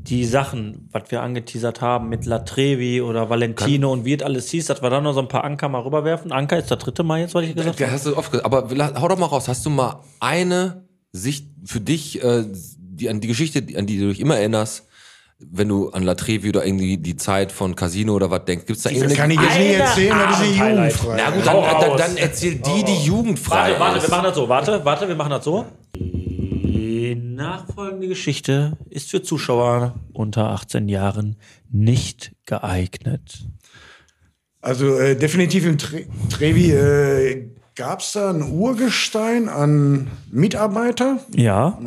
die Sachen, was wir angeteasert haben mit Latrevi oder Valentino und wie es alles hieß, dass wir da noch so ein paar Anker mal rüberwerfen. Anker ist der dritte Mal jetzt, was ich gesagt habe. Ja, hast du oft gesagt. Aber la- hau doch mal raus. Hast du mal eine Sicht für dich, äh, die, an die Geschichte, die- an die du dich immer erinnerst, wenn du an La Trevi oder irgendwie die Zeit von Casino oder was denkst? Gibt's da Das irgendeine kann ich jetzt nicht erzählen, das ist eine Highlight. Jugendfrei. Ah, Na gut, Hau dann, raus. Oh. dann, dann erzähl die, die jugendfrei Warte, warte, ist. wir machen das so. Warte, warte, wir machen das so. Die nachfolgende Geschichte ist für Zuschauer unter 18 Jahren nicht geeignet. Also äh, definitiv im Tre Trevi äh, gab es da ein Urgestein an Mitarbeiter. Ja.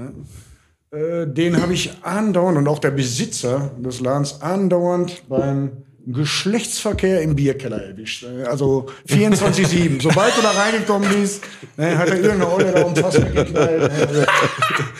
Äh, den habe ich andauernd und auch der Besitzer des Ladens andauernd beim Geschlechtsverkehr im Bierkeller erwischt. Äh, Also 24-7. Sobald du da reingekommen bist, ne, hat er irgendeine Olle da umfasst geknallt. ne.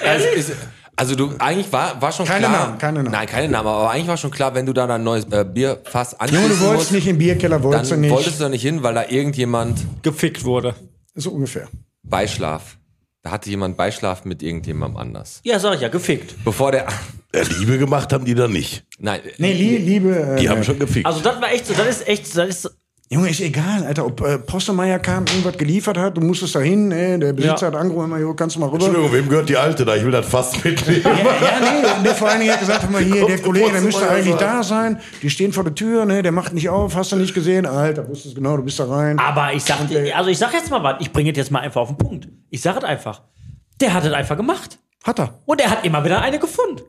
Also, ist, also du, eigentlich war, war schon Keine klar. Namen, keine Namen. Nein, keine Namen, aber eigentlich war schon klar, wenn du da dein neues äh, Bierfass Junge, anschließen du musst, wolltest nicht im Bierkeller, wolltest du dann wolltest nicht. du da nicht hin, weil da irgendjemand Gefickt wurde. So ungefähr. Beischlaf. Da hatte jemand Beischlaf mit irgendjemandem anders. Ja, sag ich ja, gefickt. Bevor der. Ja, Liebe gemacht haben die dann nicht. Nein, Nee, lie- liebe. Äh, Die haben schon gefickt. Also das war echt so, das ist echt, das ist Junge, ist egal, Alter, ob äh, Postelmeier kam, irgendwas geliefert hat, du musstest da hin, äh, der Besitzer Ja. hat angerufen, immer, jo, kannst du mal rüber. Entschuldigung, wem gehört die Alte da? Ich will das fast mitnehmen. Ja, nee, und der vor allen Dingen hat gesagt, hör mal hier, der Kommt, Kollege, Postelmeier der müsste eigentlich sein. da sein, die stehen vor der Tür, ne, der macht nicht auf, hast du nicht gesehen, Alter, wusstest genau, du bist da rein. Aber ich sag, dir- also ich sag jetzt mal was, ich bringe jetzt mal einfach auf den Punkt. Ich sag es einfach. Der hat es einfach gemacht. Hat er. Und er hat immer wieder eine gefunden.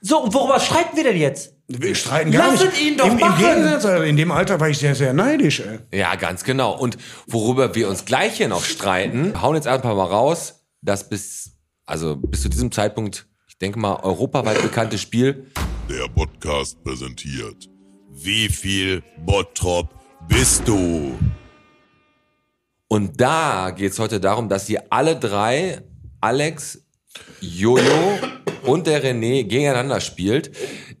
So, und worüber streiten wir denn jetzt? Wir streiten gar Lass nicht. es ihn doch Im, im machen. Gegensatz, Alter, in dem Alter war ich sehr, sehr neidisch, ey. ja, ganz genau. Und worüber wir uns gleich hier noch streiten, hauen jetzt einfach mal raus, dass bis, also bis zu diesem Zeitpunkt, ich denke mal, europaweit bekanntes Spiel, Der Podcast präsentiert. Wie viel Bottrop bist du? Und da geht's heute darum, dass ihr alle drei, Alex, Jojo und der René, gegeneinander spielt.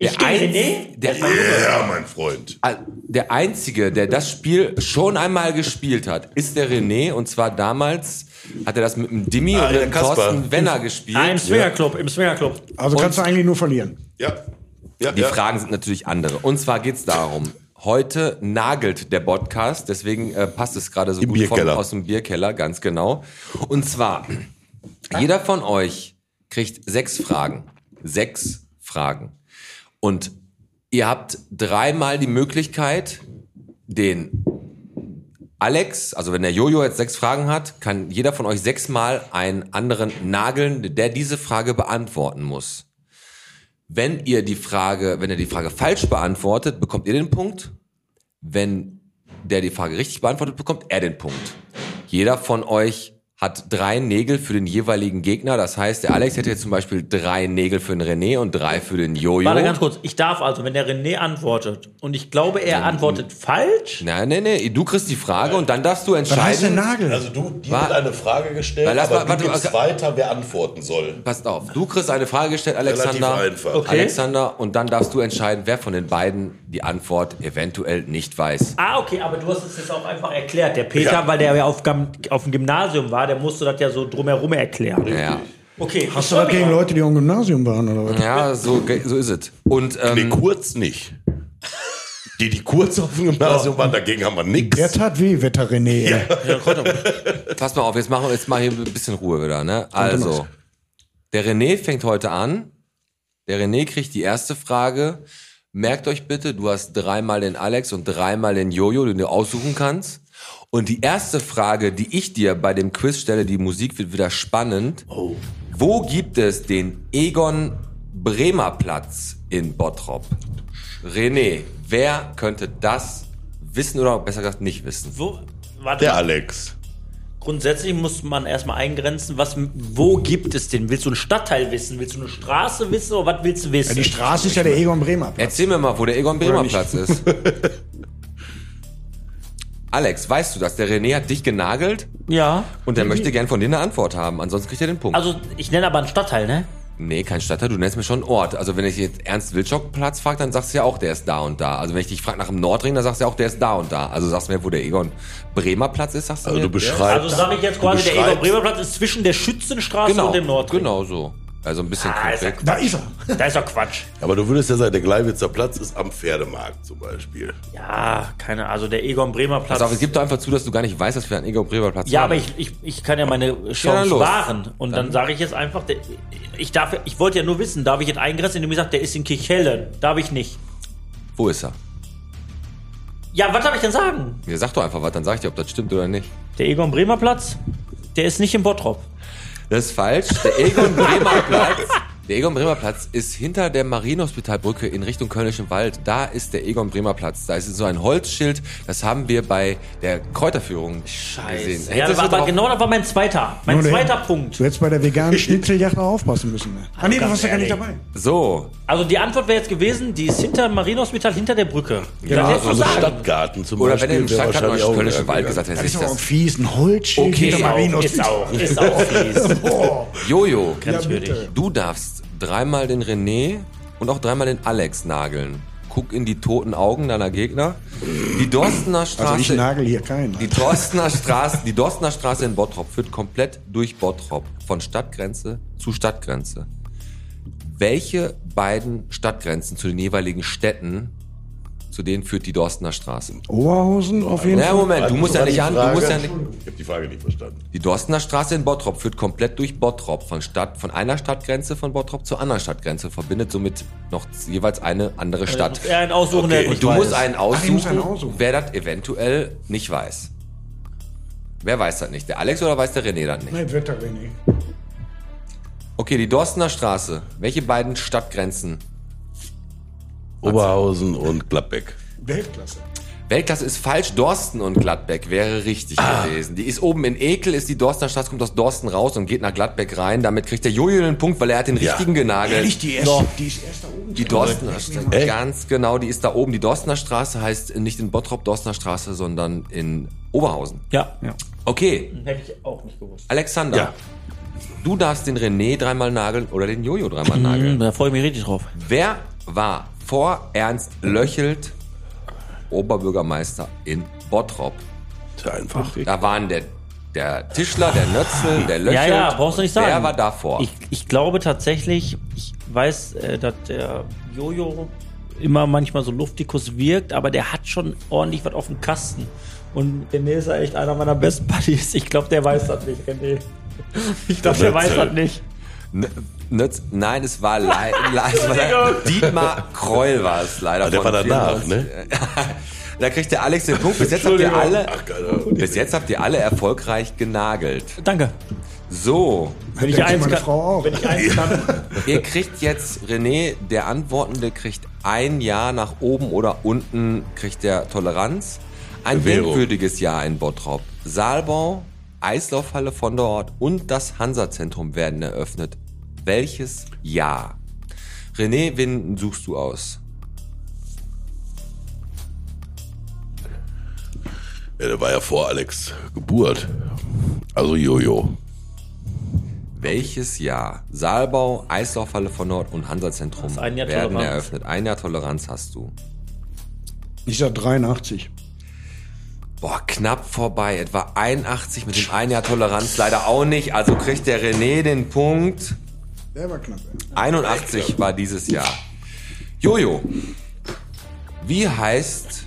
Der gegen Einz- René? Der, Ja, mein Freund. Ah, der Einzige, der das Spiel schon einmal gespielt hat, ist der René. Und zwar damals hat er das mit dem Dimmi Ah, und ja, dem Kasper. Thorsten Wenner gespielt. Ah, im Swingerclub, im Swingerclub. Also Und- kannst du eigentlich nur verlieren. Ja. ja Die ja. Fragen sind natürlich andere. Und zwar geht's darum, heute nagelt der Podcast, deswegen äh, passt es gerade so Im gut von, Bierkeller. aus dem Bierkeller, ganz genau. Und zwar, jeder von euch kriegt sechs Fragen. Sechs Fragen. Und ihr habt dreimal die Möglichkeit, den Alex, also wenn der Jojo jetzt sechs Fragen hat, kann jeder von euch sechsmal einen anderen nageln, der diese Frage beantworten muss. Wenn ihr die Frage, wenn ihr die Frage falsch beantwortet, bekommt ihr den Punkt. Wenn der die Frage richtig beantwortet, bekommt er den Punkt. Jeder von euch hat drei Nägel für den jeweiligen Gegner. Das heißt, der Alex hätte jetzt zum Beispiel drei Nägel für den René und drei für den Jojo. Warte ganz kurz, ich darf also, wenn der René antwortet und ich glaube, er antwortet falsch. Nein, nein, nein. Du kriegst die Frage und dann darfst du Äh, Was heißt der entscheiden. Nagel? Also du, dir Wa- wird eine Frage gestellt, Weil lass aber mal- du warte, gibst okay. weiter, wer antworten soll. Passt auf. Du kriegst eine Frage gestellt, Alexander. Relativ einfach. Okay. Alexander, und dann darfst du entscheiden, wer von den beiden die Antwort eventuell nicht weiß. Ah, okay, aber du hast es jetzt auch einfach erklärt. Der Peter, Ja. weil der ja auf, Gam- auf dem Gymnasium war, der musste das ja so drumherum erklären. Ja, Okay, Hast du was gegen Leute, die auch im Gymnasium waren, oder was? ja so, ge- so ist es. Und ähm, Nee, kurz nicht. Die, die kurz auf dem Gymnasium waren, dagegen haben wir Der nichts. tat weh, Wetter René, ey. Pass mal auf, jetzt machen wir jetzt mal hier ein bisschen Ruhe wieder, ne? Also, der René fängt heute an. Der René kriegt die erste Frage. Merkt euch bitte, du hast dreimal den Alex und dreimal den Jojo, den du aussuchen kannst. Und die erste Frage, die ich dir bei dem Quiz stelle, die Musik wird wieder spannend. Wo gibt es den Egon Bremer Platz in Bottrop? René, wer könnte das wissen oder besser gesagt nicht wissen? Wo, warte, Der mal. Alex. grundsätzlich muss man erstmal eingrenzen, was, wo gibt es denn? Willst du einen Stadtteil wissen? Willst du eine Straße wissen oder was willst du wissen? Die Straße ist ja der Egon Bremer. Erzähl mir mal, wo der Egon Bremer nicht? Platz ist. Alex, weißt du das? Der René hat dich genagelt ja. und er möchte gern von dir eine Antwort haben. Ansonsten kriegt er den Punkt. Also, ich nenne aber einen Stadtteil, ne? nee, kein Stadtteil, du nennst mir schon einen Ort. Also wenn ich jetzt Ernst-Wilczok-Platz frage, dann sagst du ja auch, der ist da und da. Also wenn ich dich frage nach dem Nordring, dann sagst du ja auch, der ist da und da. Also sagst du mir, wo der Egon Bremer Platz ist, sagst du Also mir. du beschreibst. Also sage ich jetzt quasi, der beschreibst- Egon Bremer Platz ist zwischen der Schützenstraße genau, und dem Nordring. genau so. Also ein bisschen Ah, ist ja konkret. Da ist er. Da ist doch Quatsch. Aber du würdest ja sagen, der Gleiwitzer Platz ist am Pferdemarkt zum Beispiel. Ja, keine Ahnung. Also der Egon Bremer Platz. Pass auf, es gibt doch einfach zu, dass du gar nicht weißt, dass wir einen Egon Bremer Platz ja, haben. aber ich, ich, ich kann ja meine dann Chance los. wahren. Und dann, sage ich jetzt einfach, der, ich, darf, ich wollte ja nur wissen, darf ich jetzt eingrenzen, indem ich sage, der ist in Kirchhellen. Darf ich nicht. Wo ist er? Ja, was darf ich denn sagen? Ja, sag doch einfach was, dann sag ich dir, ob das stimmt oder nicht. Der Egon Bremer Platz, der ist nicht in Bottrop. Das ist falsch. Der Egon Bremer Platz. Der Egon Bremer Platz ist hinter der Marienhospitalbrücke in Richtung Kölnischen Wald. Da ist der Egon Bremer Platz. Da ist so ein Holzschild. Das haben wir bei der Kräuterführung gesehen. Scheiße. Hättest Ja, du aber, aber drauf- genau das war mein zweiter. Mein Nur der- zweiter Punkt. Du hättest bei der veganen Schnitzeljagd noch aufpassen müssen. Ne? Ah, nee, du warst ja gar nicht dabei. So, Also die Antwort wäre jetzt gewesen, die ist hinter Marienhospital, hinter der Brücke. Ja, so das hättest du eine sagen. also Stadtgarten zum Oder wenn Beispiel. er im wäre Stadtgarten wahrscheinlich oder auch Kölnischen gegangen. Wald gesagt hätte, Das ist ich doch auch ein das. fies, ein Holzschild Okay. hinter Ist Marienhospital. auch, ist auch fies. Boah, Jojo, Natürlich. du darfst dreimal den René und auch dreimal den Alex nageln. Guck in die toten Augen deiner Gegner. Die Dorstener Straße. also ich nagel hier keinen. Die Dorstener Straße, die Dorstener Straße in Bottrop führt komplett durch Bottrop. Von Stadtgrenze zu Stadtgrenze. Welche beiden Stadtgrenzen zu den jeweiligen Städten, zu denen führt die Dorstener Straße? Oberhausen auf jeden Na, Fall. Moment, du musst ja nicht an, du musst ja nicht. Ich habe die Frage nicht verstanden. Die Dorstener Straße in Bottrop führt komplett durch Bottrop, von, Stadt, von einer Stadtgrenze von Bottrop zur anderen Stadtgrenze, verbindet somit noch jeweils eine andere Stadt. Er ein Aussuchen, der nicht Und du weiß. musst einen ich muss einen aussuchen, aussuchen. wer das eventuell nicht weiß. Wer weiß das nicht? Der Alex oder weiß der René das nicht? Nein, Wetter, René. Okay, die Dorstener Straße. Welche beiden Stadtgrenzen? Oberhausen und Gladbeck. Weltklasse. Weltklasse ist falsch. Dorsten und Gladbeck wäre richtig Ah. gewesen. Die ist oben in Ekel, ist die Dorstener Straße, kommt aus Dorsten raus und geht nach Gladbeck rein. Damit kriegt der Jojo einen Punkt, weil er hat den richtigen genagelt. Ehrlich, die, erste, die ist erst da oben. Die Dorstener Straße, ganz genau, die ist da oben. Die Dorstener Straße heißt nicht in Bottrop Dorstener Straße, sondern in Oberhausen. Ja, Okay, hätte ich auch nicht gewusst. Alexander, du darfst den René dreimal nageln oder den Jojo dreimal nageln. Hm, Da freue ich mich richtig drauf. Wer war vor Ernst Löchelt Oberbürgermeister in Bottrop? Ist ja einfach. Da waren der, der Tischler, der Nötzel, der Löchelt. Ja, ja, brauchst du nicht sagen. Wer war davor? Ich, ich glaube tatsächlich, ich weiß, äh, dass der Jojo immer manchmal so luftikus wirkt, aber der hat schon ordentlich was auf dem Kasten. Und René ist ja echt einer meiner besten Buddies. Ich glaube, der weiß das nicht, René. Ich glaube, der weiß das nicht. Nö- Nötz, nein, es war, lei- le- es war Dietmar Kreul war es leider. Ah, der von war danach, 24. ne? da kriegt der Alex den Punkt. Bis jetzt habt ihr alle, oh, bis jetzt habt ihr alle erfolgreich genagelt. Danke. So, Wenn ich Denkt eins meine kann, Frau auch. wenn ich eins kann, ihr kriegt jetzt René, der Antwortende kriegt ein Jahr nach oben oder unten kriegt der Toleranz. Ein Bewährung. denkwürdiges Jahr in Bottrop. Saalbau, Eislaufhalle von dort und das Hansa-Zentrum werden eröffnet. Welches Jahr? René, wen suchst du aus? Ja, der war ja vor Alex Geburt. Also Jojo. Welches Jahr? Saalbau, Eislaufhalle von Nord und Hansa-Zentrum ein Jahr werden Toleranz. eröffnet. Ein Jahr Toleranz hast du. Ich sag 83. Boah, knapp vorbei. Etwa 81 mit dem ein Jahr Toleranz leider auch nicht. Also kriegt der René den Punkt. Der war knapp. 81 war dieses Jahr. Jojo, wie heißt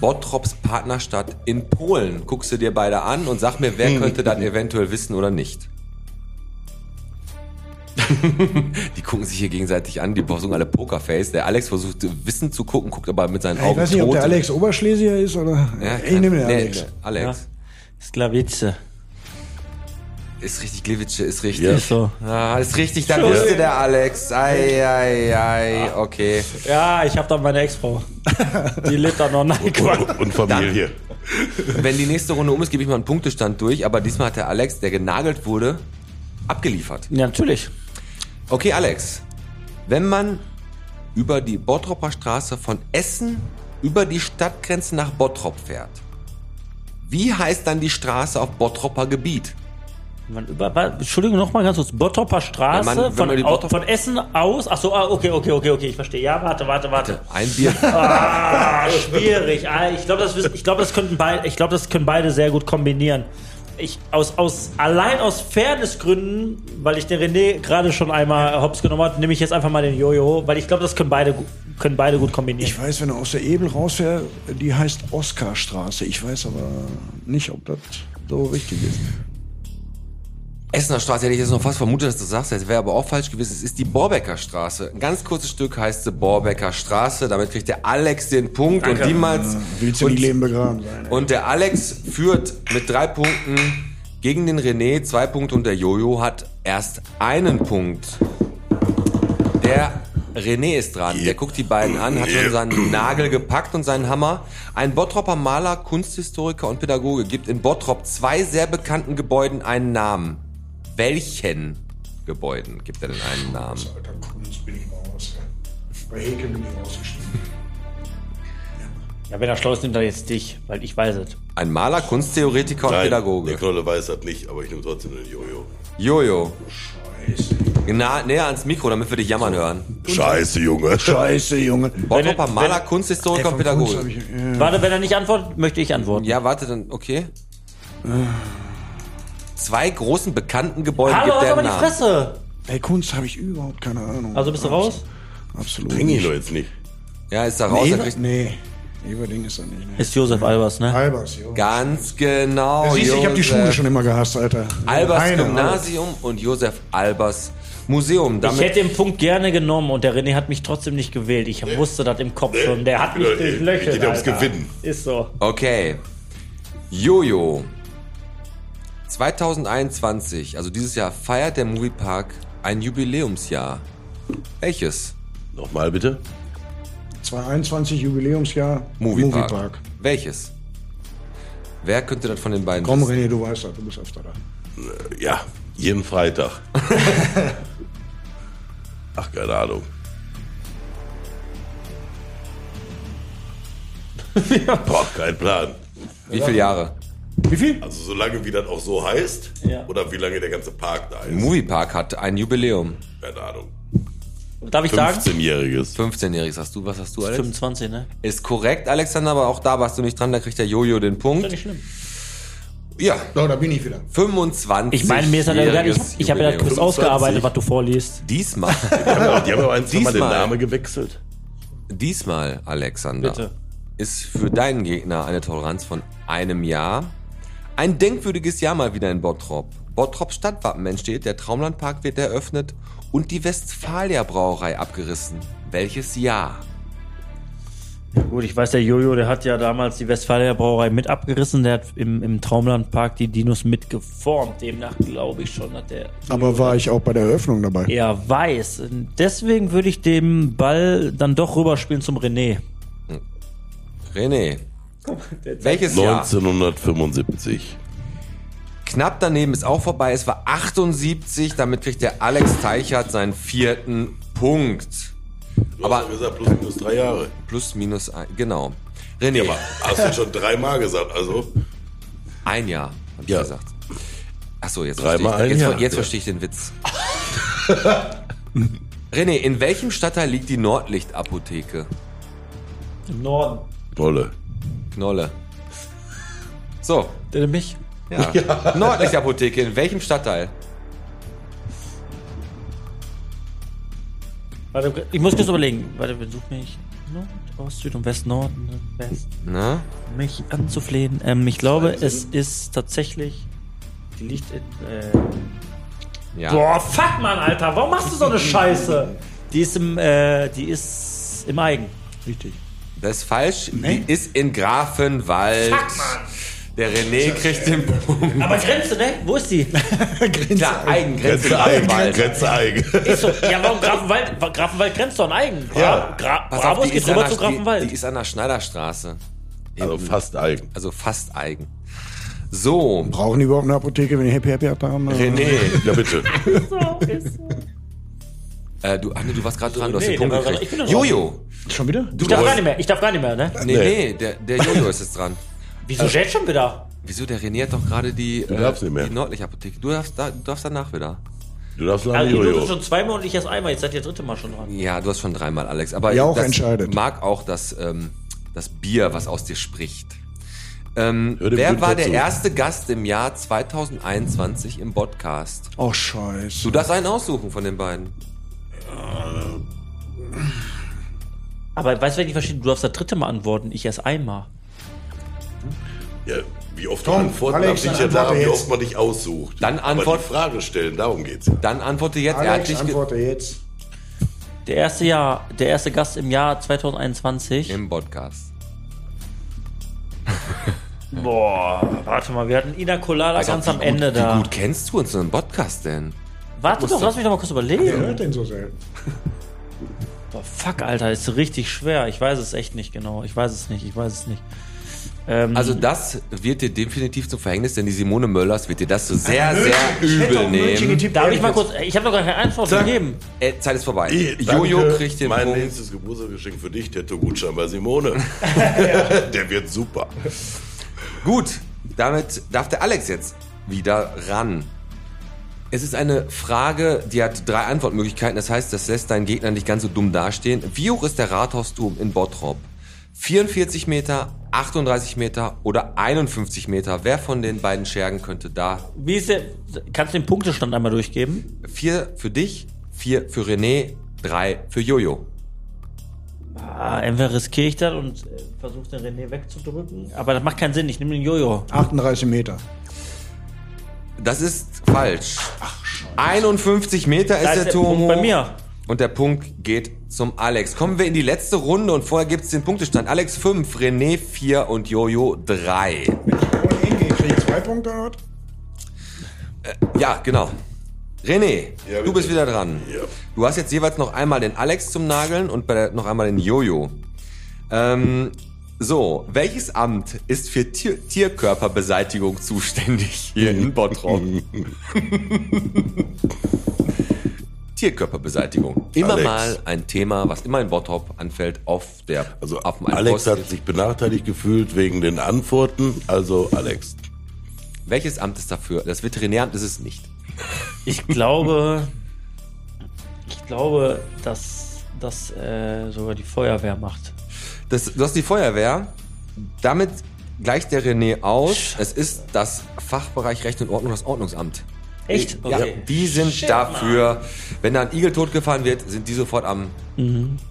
Bottrops Partnerstadt in Polen? Guckst du dir beide an und sag mir, Hm. wer könnte das eventuell wissen oder nicht? die gucken sich hier gegenseitig an, die versuchen alle Pokerface. Der Alex versucht Wissen zu gucken, guckt aber mit seinen Ich Augen weiß nicht, ob der tot. Alex Oberschlesier ist oder. Ja, ich nehme den nee, Alex. Alex. Sklavice. Ist richtig, Glewitsche ist richtig. Ja. Ist so. Ah, ist richtig, dann wusste der Alex. Ei, ei, ei, okay. Ja, ich habe da meine Ex-Frau. Die lebt da noch. Nein, Quatsch. Und, und Familie. Wenn die nächste Runde um ist, gebe ich mal einen Punktestand durch, aber diesmal hat der Alex, der genagelt wurde, abgeliefert. Ja, natürlich. Okay, Alex, wenn man über die Bottroper Straße von Essen über die Stadtgrenze nach Bottrop fährt, wie heißt dann die Straße auf Bottroper Gebiet? Man über, wa- Entschuldigung, nochmal ganz kurz. Bottroper Straße, Wenn man- wenn von, man die au- Bottrop- von Essen aus. Achso, ah, okay, okay, okay, okay, ich verstehe. Ja, warte, warte, warte. Ein Bier. Ah, schwierig. Ah, ich glaube, das, wissen- ich glaub, das, könnten beid- ich glaub, das können beide sehr gut kombinieren. Ich, aus, aus, allein aus Fairnessgründen, weil ich den René gerade schon einmal hops genommen habe, nehme ich jetzt einfach mal den Jojo, weil ich glaube, das können beide, gu- können beide gut kombinieren. Ich weiß, wenn er aus der Ebel rausfährt, die heißt Oskarstraße. Ich weiß aber nicht, ob das so richtig ist. Essener Straße hätte ich jetzt noch fast vermutet, dass du sagst, das wäre aber auch falsch gewesen. Es ist die Borbecker Straße. Ein ganz kurzes Stück heißt sie Borbecker Straße. Damit kriegt der Alex den Punkt und niemals. Willst du und, nicht leben begraben sein? und der Alex führt mit drei Punkten. Gegen den René zwei Punkte und der Jojo hat erst einen Punkt. Der René ist dran. Der guckt die beiden an, hat schon seinen Nagel gepackt und seinen Hammer. Ein Bottropper Maler, Kunsthistoriker und Pädagoge gibt in Bottrop zwei sehr bekannten Gebäuden einen Namen. Welchen Gebäuden gibt er denn einen Namen? Alter, Kunst bin ich mal raus. Bei Heke bin ich rausgestiegen. Ja, wenn er schlau ist, nimmt er jetzt dich, weil ich weiß es. Ein Maler, Kunsttheoretiker und Nein, Pädagoge. Der Knolle weiß das nicht, aber ich nehme trotzdem den Jojo. Jojo. Na, näher ans Mikro, damit wir dich jammern hören. Scheiße, Junge. Scheiße, Junge. Bottropper wenn- Maler, Kunsthistoriker und Hab Pädagoge. ich, äh, Warte, wenn er nicht antwortet, möchte ich antworten. Ja, warte dann, okay. Zwei großen bekannten Gebäuden Hallo, gibt halt der aber die Namen. Fresse! bei Kunst habe ich überhaupt keine Ahnung. Also bist du raus? Absolut. Bring ihn nicht. doch jetzt nicht. Ja, ist da raus. dann kriegt- Nee, ne- Everding ist er nicht. Ne? Ist Josef Albers, ne? Albers, jo. Ganz genau. Siehst du, ich habe die Josef Schule schon immer gehasst, Alter. Albers Keine Gymnasium und Josef Albers Museum. Ich hätte Damit den Punkt gerne genommen und der René hat mich trotzdem nicht gewählt. Ich wusste das im Kopf schon. Der hat mich Leute, durchlöchert. geht ja ums Alter. Gewinnen. Ist so. okay. Jojo. 2021, also dieses Jahr, feiert der Moviepark ein Jubiläumsjahr. Welches? Nochmal bitte. Ahnung. 22 Jubiläumsjahr Moviepark. Welches? Wer könnte das von den beiden Komm, wissen? René, du weißt das, du bist öfter da. Ja, jeden Freitag. Ach, keine Ahnung. Boah, kein Plan. Wie viele Jahre? Wie viel? Also solange wie das auch so heißt Ja. oder wie lange der ganze Park da ist. Moviepark hat ein Jubiläum. Keine Ahnung. Darf ich sagen? 15-Jähriges. 15-Jähriges hast du, was hast du, Alex? 25, ne? Ist korrekt, Alexander, aber auch da warst du nicht dran, da kriegt der Jojo den Punkt. Ist nicht schlimm. Ja, So, da bin ich wieder. 25. Ich meine, mir ist das ja egal. Ich, ich habe ja das kurz ausgearbeitet, was du vorliest. Diesmal, Die haben aber- die haben aber ein, zweimal den Diesmal. Namen gewechselt. diesmal, Alexander, Bitte. ist für deinen Gegner eine Toleranz von einem Jahr. Ein denkwürdiges Jahr mal wieder in Bottrop. Bottrop Stadtwappen entsteht, der Traumlandpark wird eröffnet und die Westfalia Brauerei abgerissen. Welches Jahr? Gut, ich weiß, der Jojo, der hat ja damals die Westfalia Brauerei mit abgerissen. Der hat im, im Traumlandpark die Dinos mitgeformt. Demnach glaube ich schon, hat der Aber war ich auch bei der Eröffnung dabei? eher weiß. Deswegen würde ich den Ball dann doch rüberspielen zum René. René. Welches Jahr? 1975. Knapp daneben ist auch vorbei. Es war 78. Damit kriegt der Alex Teichert seinen vierten Punkt. Du Aber- hast doch gesagt, plus minus drei Jahre. Plus, minus ein. Genau. René, Aber hast du schon dreimal gesagt, also. ein Jahr, hab ich Ja. gesagt. Achso, jetzt, Dreimal verstehe ich, ein jetzt, Jahr. jetzt Ja. verstehe ich den Witz. René, in welchem Stadtteil liegt die Nordlichtapotheke? Im Norden. Tolle. Knolle. So, Der mich? ja. Nordlichtapotheke, in welchem Stadtteil? Warte, ich muss kurz überlegen. Warte, besuch mich. Nord, Ost, Süd und West, Nord, West. Na? Mich anzuflehen. Ähm, ich glaube, es ist tatsächlich. Die liegt in. Äh, Ja. Boah, fuck, Mann, Alter. Warum machst du so eine Scheiße? Die ist im. Äh, die ist im Eigen. Richtig. Das ist falsch. Die ist in Grafenwald. Fuck, Mann. Der René kriegt den Punkt. Aber Grenze, ne? Wo ist die? Klar, Eigengrenze Grenze eigen. Grafenwald. Grenze eigen. Ist so, ja, warum Grafenwald? Wa- Grafenwald grenzt doch an Eigen. Bra Gra Pass Bravos auf, die geht ist, an rüber der, zu die, die Grafenwald. ist an der Schneiderstraße. Also fast eigen. Also fast eigen. So, Brauchen die überhaupt eine Apotheke, wenn die Happy Happy Happy haben? René. Ja, bitte. Äh, du, ach nee, du warst gerade dran, du hast Nee, den Punkt der war gerade- gekriegt. ich bin doch Jojo! Schon wieder? Ich darf gar nicht mehr, ich darf gar nicht mehr, ne? Nee, nee, der, der Jojo ist jetzt dran. Wieso Also- jetzt schon wieder? Wieso? Der René hat doch gerade die, äh, darfst nicht mehr. die nördliche Apotheke. Du darfst, da, du darfst danach wieder. Du darfst lange Also ihr durftet Jojo. schon zweimal und ich erst einmal. Jetzt seid ihr dritte Mal schon dran. Ja, du hast schon dreimal, Alex. Aber Ja, auch das entscheidet. mag auch das, ähm, das Bier, was aus dir spricht. Ähm, Hör dem wer Günther war der zu. erste Gast im Jahr 2021 im Podcast? Oh, scheiße. Du darfst einen aussuchen von den beiden. Aber weißt du, wenn ich verstehe, du darfst das dritte Mal antworten, ich erst einmal. Ja, wie oft Tom, man antworten Alex, darf, liegt ja dann antworte daran, wie jetzt. oft man dich aussucht. Dann antwort- Aber die Frage stellen, darum geht's. ja. Dann antworte jetzt. er hat Alex, dich ge- antworte jetzt. Der erste Jahr, der erste Gast im Jahr 2021. im Podcast. Boah, warte mal, wir hatten Ina Colada Alter, ganz wie am gut- Ende da. Wie gut kennst du uns in einem Podcast denn? Warte doch, lass mich doch mal kurz Wer überlegen. hört denn so selten? Boah, fuck, Alter, ist richtig schwer. Ich weiß es echt nicht genau. Ich weiß es nicht, ich weiß es nicht. Ähm, Also das wird dir definitiv zum Verhängnis, denn die Simone Möllers wird dir das so sehr, sehr übel nehmen. darf ich mal kurz. äh, Ich habe doch gar keine Antwort gegeben. Äh, Zeit ist vorbei. Danke. Jojo kriegt den Mein Punkt. nächstes Geburtstagsgeschenk für dich, Tattoo-Gutschein bei Simone. Der wird super. Gut, damit darf der Alex jetzt wieder ran. Es ist eine Frage, die hat drei Antwortmöglichkeiten. Das heißt, das lässt deinen Gegner nicht ganz so dumm dastehen. Wie hoch ist der Rathausturm in Bottrop? 44 Meter, 38 Meter oder 51 Meter? Wer von den beiden Schergen könnte da? Wie ist der, kannst du den Punktestand einmal durchgeben? Vier für dich, vier für René, drei für Jojo. Ah, entweder riskiere ich das und äh, versuche den René wegzudrücken. Aber das macht keinen Sinn. Ich nehme den Jojo. 38 Meter. Das ist falsch. 51 Meter ist Da der, Turm hoch. bei mir. Und der Punkt geht zum Alex. Kommen wir in die letzte Runde und vorher gibt's den Punktestand. Alex 5, René 4 und Jojo 3. Und Inge, kriege ich zwei Punkte dort? Ja, genau. René, Ja, du bitte. bist wieder dran. Du hast jetzt jeweils noch einmal den Alex zum Nageln und bei der, noch einmal den Jojo. Ähm, so, welches Amt ist für Tier Tierkörperbeseitigung zuständig hier in Bottrop? Tierkörperbeseitigung. Immer Alex. mal ein Thema, was immer in Bottrop anfällt, auf der Also auf dem Einpost. Alex hat sich benachteiligt gefühlt wegen den Antworten. Also Alex. Welches Amt ist dafür? Das Veterinäramt ist es nicht. Ich glaube, ich glaube, dass das äh, sogar die Feuerwehr macht. Das, du hast die Feuerwehr. Damit gleicht der René aus. Es ist das Fachbereich Recht und Ordnung, das Ordnungsamt. Echt? Ja, Okay. die sind Shit, dafür, wenn da ein Igel totgefahren wird, sind die sofort am,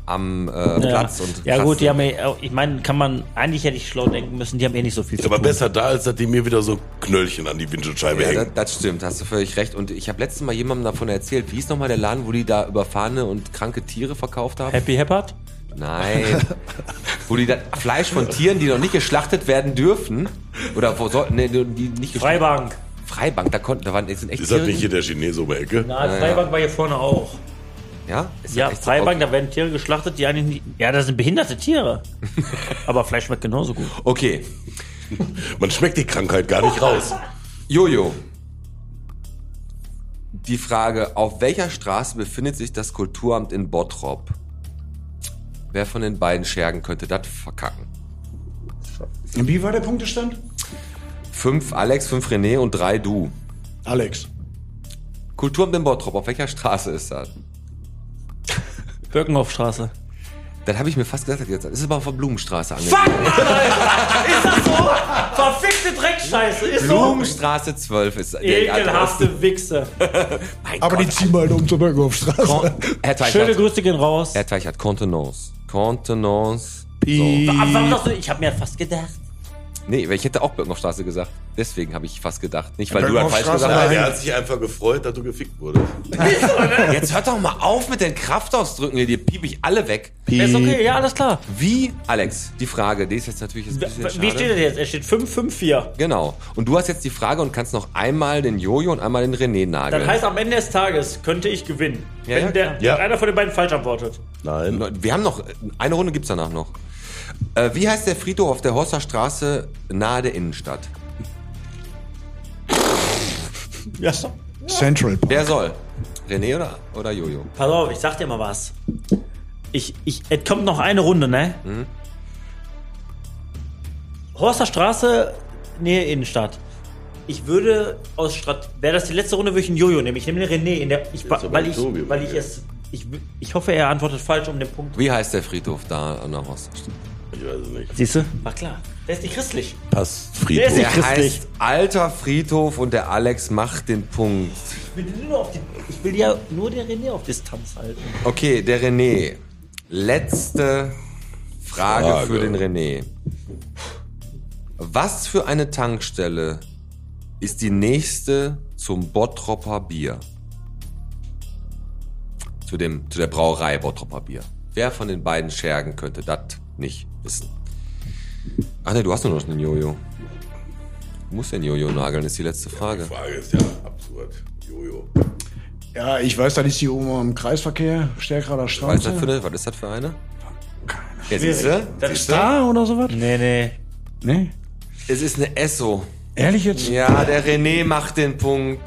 am äh, Platz. Mhm. ja. Und ja kratzen. gut, die haben ja, ich meine, kann man, eigentlich hätte ich schlau denken müssen, die haben eh nicht so viel zu Aber tun. besser da, als dass die mir wieder so Knöllchen an die Windschutzscheibe Ja, das, hängen. das stimmt, hast du völlig recht. Und ich habe letztes Mal jemandem davon erzählt, wie ist nochmal der Laden, wo die da überfahrene und kranke Tiere verkauft haben? Happy Heppard? Nein. wo die das Fleisch von Tieren, die noch nicht geschlachtet werden dürfen, oder wo sollten, nee, die nicht geschlachtet Freibank. Freibank, da konnten, da waren jetzt sind echt Ist das Tiere. nicht hier der Chinese um die Ecke? Na, Freibank war hier vorne auch. Ja, ist Ja, echt so. Freibank, da werden Tiere geschlachtet, die eigentlich nicht. Ja, das sind behinderte Tiere. Aber Fleisch schmeckt genauso gut. Okay, Man schmeckt die Krankheit gar nicht raus. Jojo. Die Frage, auf welcher Straße befindet sich das Kulturamt in Bottrop? Wer von den beiden Schergen könnte das verkacken? Wie war der Punktestand? Fünf Alex, fünf René und drei du. Alex. Kulturamt in Bottrop, auf welcher Straße ist das? Birkenhofstraße. Das habe ich mir fast gesagt, das jetzt- das ist aber auf der Blumenstraße Fuck, angegeben. Mann, Alter! Ist das so? Verfickte Dreckscheiße! Ist so? Blumenstraße 12 ist der Ekelhafte Wichse. Mein Aber Gott, die ziehen bald um zur Bürgerhofstraße. Kon- Herr Schöne Teichert, Grüße gehen raus. Herr Teichert, Contenance. Contenance. Aber warum sagst du, ich habe mir fast gedacht. Nee, weil ich hätte auch Birkenhofstraße gesagt. Deswegen habe ich fast gedacht. Nicht, weil du dann falsch gesagt Birkenhofstraße, Nein, Nein. der hat sich einfach gefreut, dass du gefickt wurdest. hast. Jetzt hört doch mal auf mit den Kraftausdrücken hier. Die piep ich alle weg. Ist okay, ja, alles klar. Wie, Alex, die Frage, die ist jetzt natürlich jetzt ein bisschen Wie steht schade. das jetzt? Er steht 554. Genau. Und du hast jetzt die Frage und kannst noch einmal den Jojo und einmal den René nageln. Das heißt, am Ende des Tages könnte ich gewinnen. Ja, wenn ja, der, klar. wenn Ja. einer von den beiden falsch antwortet. Nein. Wir haben noch, eine Runde gibt's danach noch. Äh, wie heißt der Friedhof auf der Horster Straße nahe der Innenstadt? Ja, stopp. Central Park. Wer soll? René oder, oder Jojo? Pass auf, ich sag dir mal was. Ich, ich, es kommt noch eine Runde, ne? Mhm. Horster Straße, Nähe Innenstadt. Ich würde aus Strat. Wäre das die letzte Runde, würde ich einen Jojo nehmen. Ich nehme den René, in der, ich, Jetzt aber weil, ich, Tobi, weil ich Mann, es. Ich, w- ich hoffe, er antwortet falsch um den Punkt. Wie heißt der Friedhof da an der Horster Straße? Ich weiß es nicht. Siehst du? War klar. Der ist nicht christlich. Der Passt ist Friedhof. nicht Der christlich. heißt Alter Friedhof und der Alex macht den Punkt. Ich will, nur auf die, ich will ja nur den René auf Distanz halten. Okay, der René. Letzte Frage, Frage. für den René. Was für eine Tankstelle ist die nächste zum Bottropper Bier? Zu, dem, zu der Brauerei Bottropper Bier. Wer von den beiden Schergen könnte das nicht wissen? Ach ne, du hast nur noch einen Jojo. muss denn Jojo nageln, ist die letzte Frage. Die Frage ist ja absurd. Jojo. Ja, ich weiß, da ist die Oma im Kreisverkehr, stärkerer Was ist das für Straße. eine? Was ist das für eine? Ja, siehst du? Das Siehst ist du? Da oder sowas? Nee, nee. Nee? Es ist eine Esso. Ehrlich jetzt? Ja, der René macht den Punkt.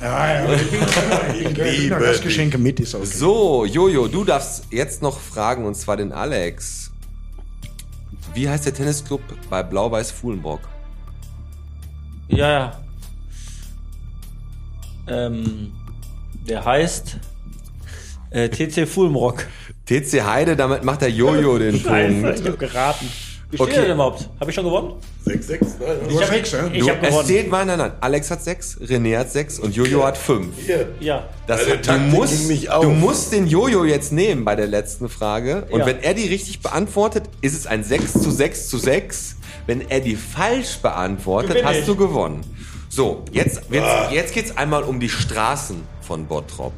Ja, ja. Ich liebe nehme das Geschenke mit, ist okay. So, Jojo, du darfst jetzt noch fragen und zwar den Alex. Wie heißt der Tennisclub bei Blau-Weiß Fuhlenbrock? Ja, ja. Ähm, der heißt äh, TC Fulmrock. TC Heide, damit macht der Jojo den Scheiße, Punkt. ich hab geraten. Wie steht Okay. okay. denn überhaupt? Hab ich schon gewonnen? 6-6, nein. Du hast hab- sechs, ne? Ich hab Es gewonnen. zählt mal, nein, nein. Alex hat sechs, René hat sechs und Jojo hat fünf. Hier. Ja. Das Deine hat, du, Taktik musst, ging mich auf. du musst den Jojo jetzt nehmen bei der letzten Frage. Und Ja. wenn er die richtig beantwortet, ist es ein 6 zu 6 zu 6. Wenn er die falsch beantwortet, Gewinn hast ich. du gewonnen. So, jetzt, Ah. jetzt, jetzt geht's einmal um die Straßen von Bottrop.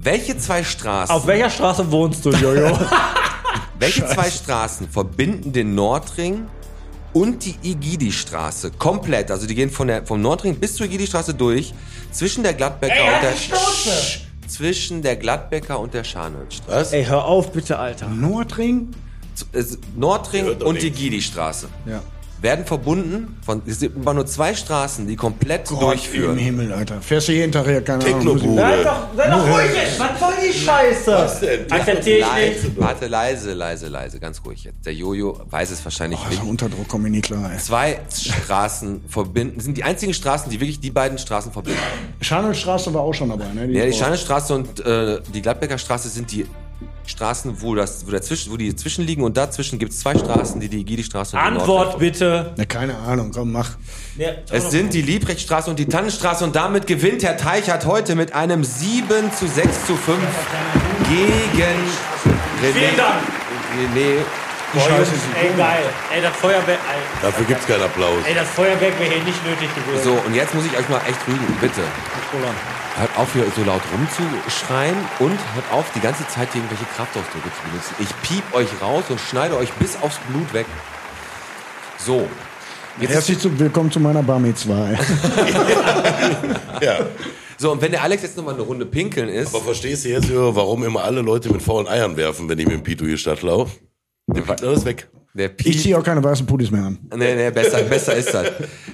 Welche zwei Straßen, Auf welcher Straße wohnst du, Jojo? welche zwei Straßen verbinden den Nordring und die Igidi-Straße komplett? Also die gehen von der, vom Nordring bis zur Igidi-Straße durch, zwischen der Gladbecker und der Sch- zwischen der Gladbecker und der Scharnhölzstraße. Ey, hör auf bitte, Alter. Nordring? Also, Es- Nordring Hört doch und die nichts. Gidi-Straße Ja. werden verbunden von es sind immer nur zwei Straßen, die komplett Im durchführen. Himmel, Alter. Fährst du jeden Tag her, keine Ahnung. Technobude. Sei doch, sei doch ruhig jetzt. Was soll die Scheiße? Was denn? Akzeptiere ich Leise, nicht. warte, leise, leise, leise, ganz ruhig jetzt. Der Jojo weiß es wahrscheinlich Oh, so nicht. unter Druck komme ich nicht klar. ey. Zwei Straßen verbinden, sind die einzigen Straßen, die wirklich die beiden Straßen verbinden. Scharnhölzstraße war auch schon dabei, ne? Ja, die Oh. Scheinestraße und äh, die Gladbecker Straße sind die Straßen, wo, das, wo, dazwischen, wo die dazwischen liegen und dazwischen gibt es zwei Straßen, die die Gidi-Straße und die Nordring Antwort bitte. Na, keine Ahnung, komm, mach. Nee, Es sind die Liebrechtstraße und die Tannenstraße und damit gewinnt Herr Teichert heute mit einem 7 zu 6 zu 5 gegen René. Vielen Dank. René. Scheiße, sie Ey, geil. Ey, das Feuerwerk. Ey, Dafür gibt's keinen Applaus. ey das Feuerwerk wäre hier nicht nötig gewesen. So, und jetzt muss ich euch mal echt rügen, bitte. Hört auf, hier so laut rumzuschreien und hört auf, die ganze Zeit irgendwelche Kraftausdrücke zu benutzen. Ich piep euch raus und schneide euch bis aufs Blut weg. So. Jetzt Herzlich zu, willkommen zu meiner Bar Mitzwa. ey. Ja. so, und wenn der Alex jetzt nochmal eine Runde pinkeln ist, Aber verstehst du jetzt, Jürgen, warum immer alle Leute mit faulen Eiern werfen, wenn ich mit dem Pitu hier Stadt laufe? Der Pitu ist weg. der Ich piept ziehe auch keine weißen Pudis mehr an. Nee, nee, besser, besser ist das.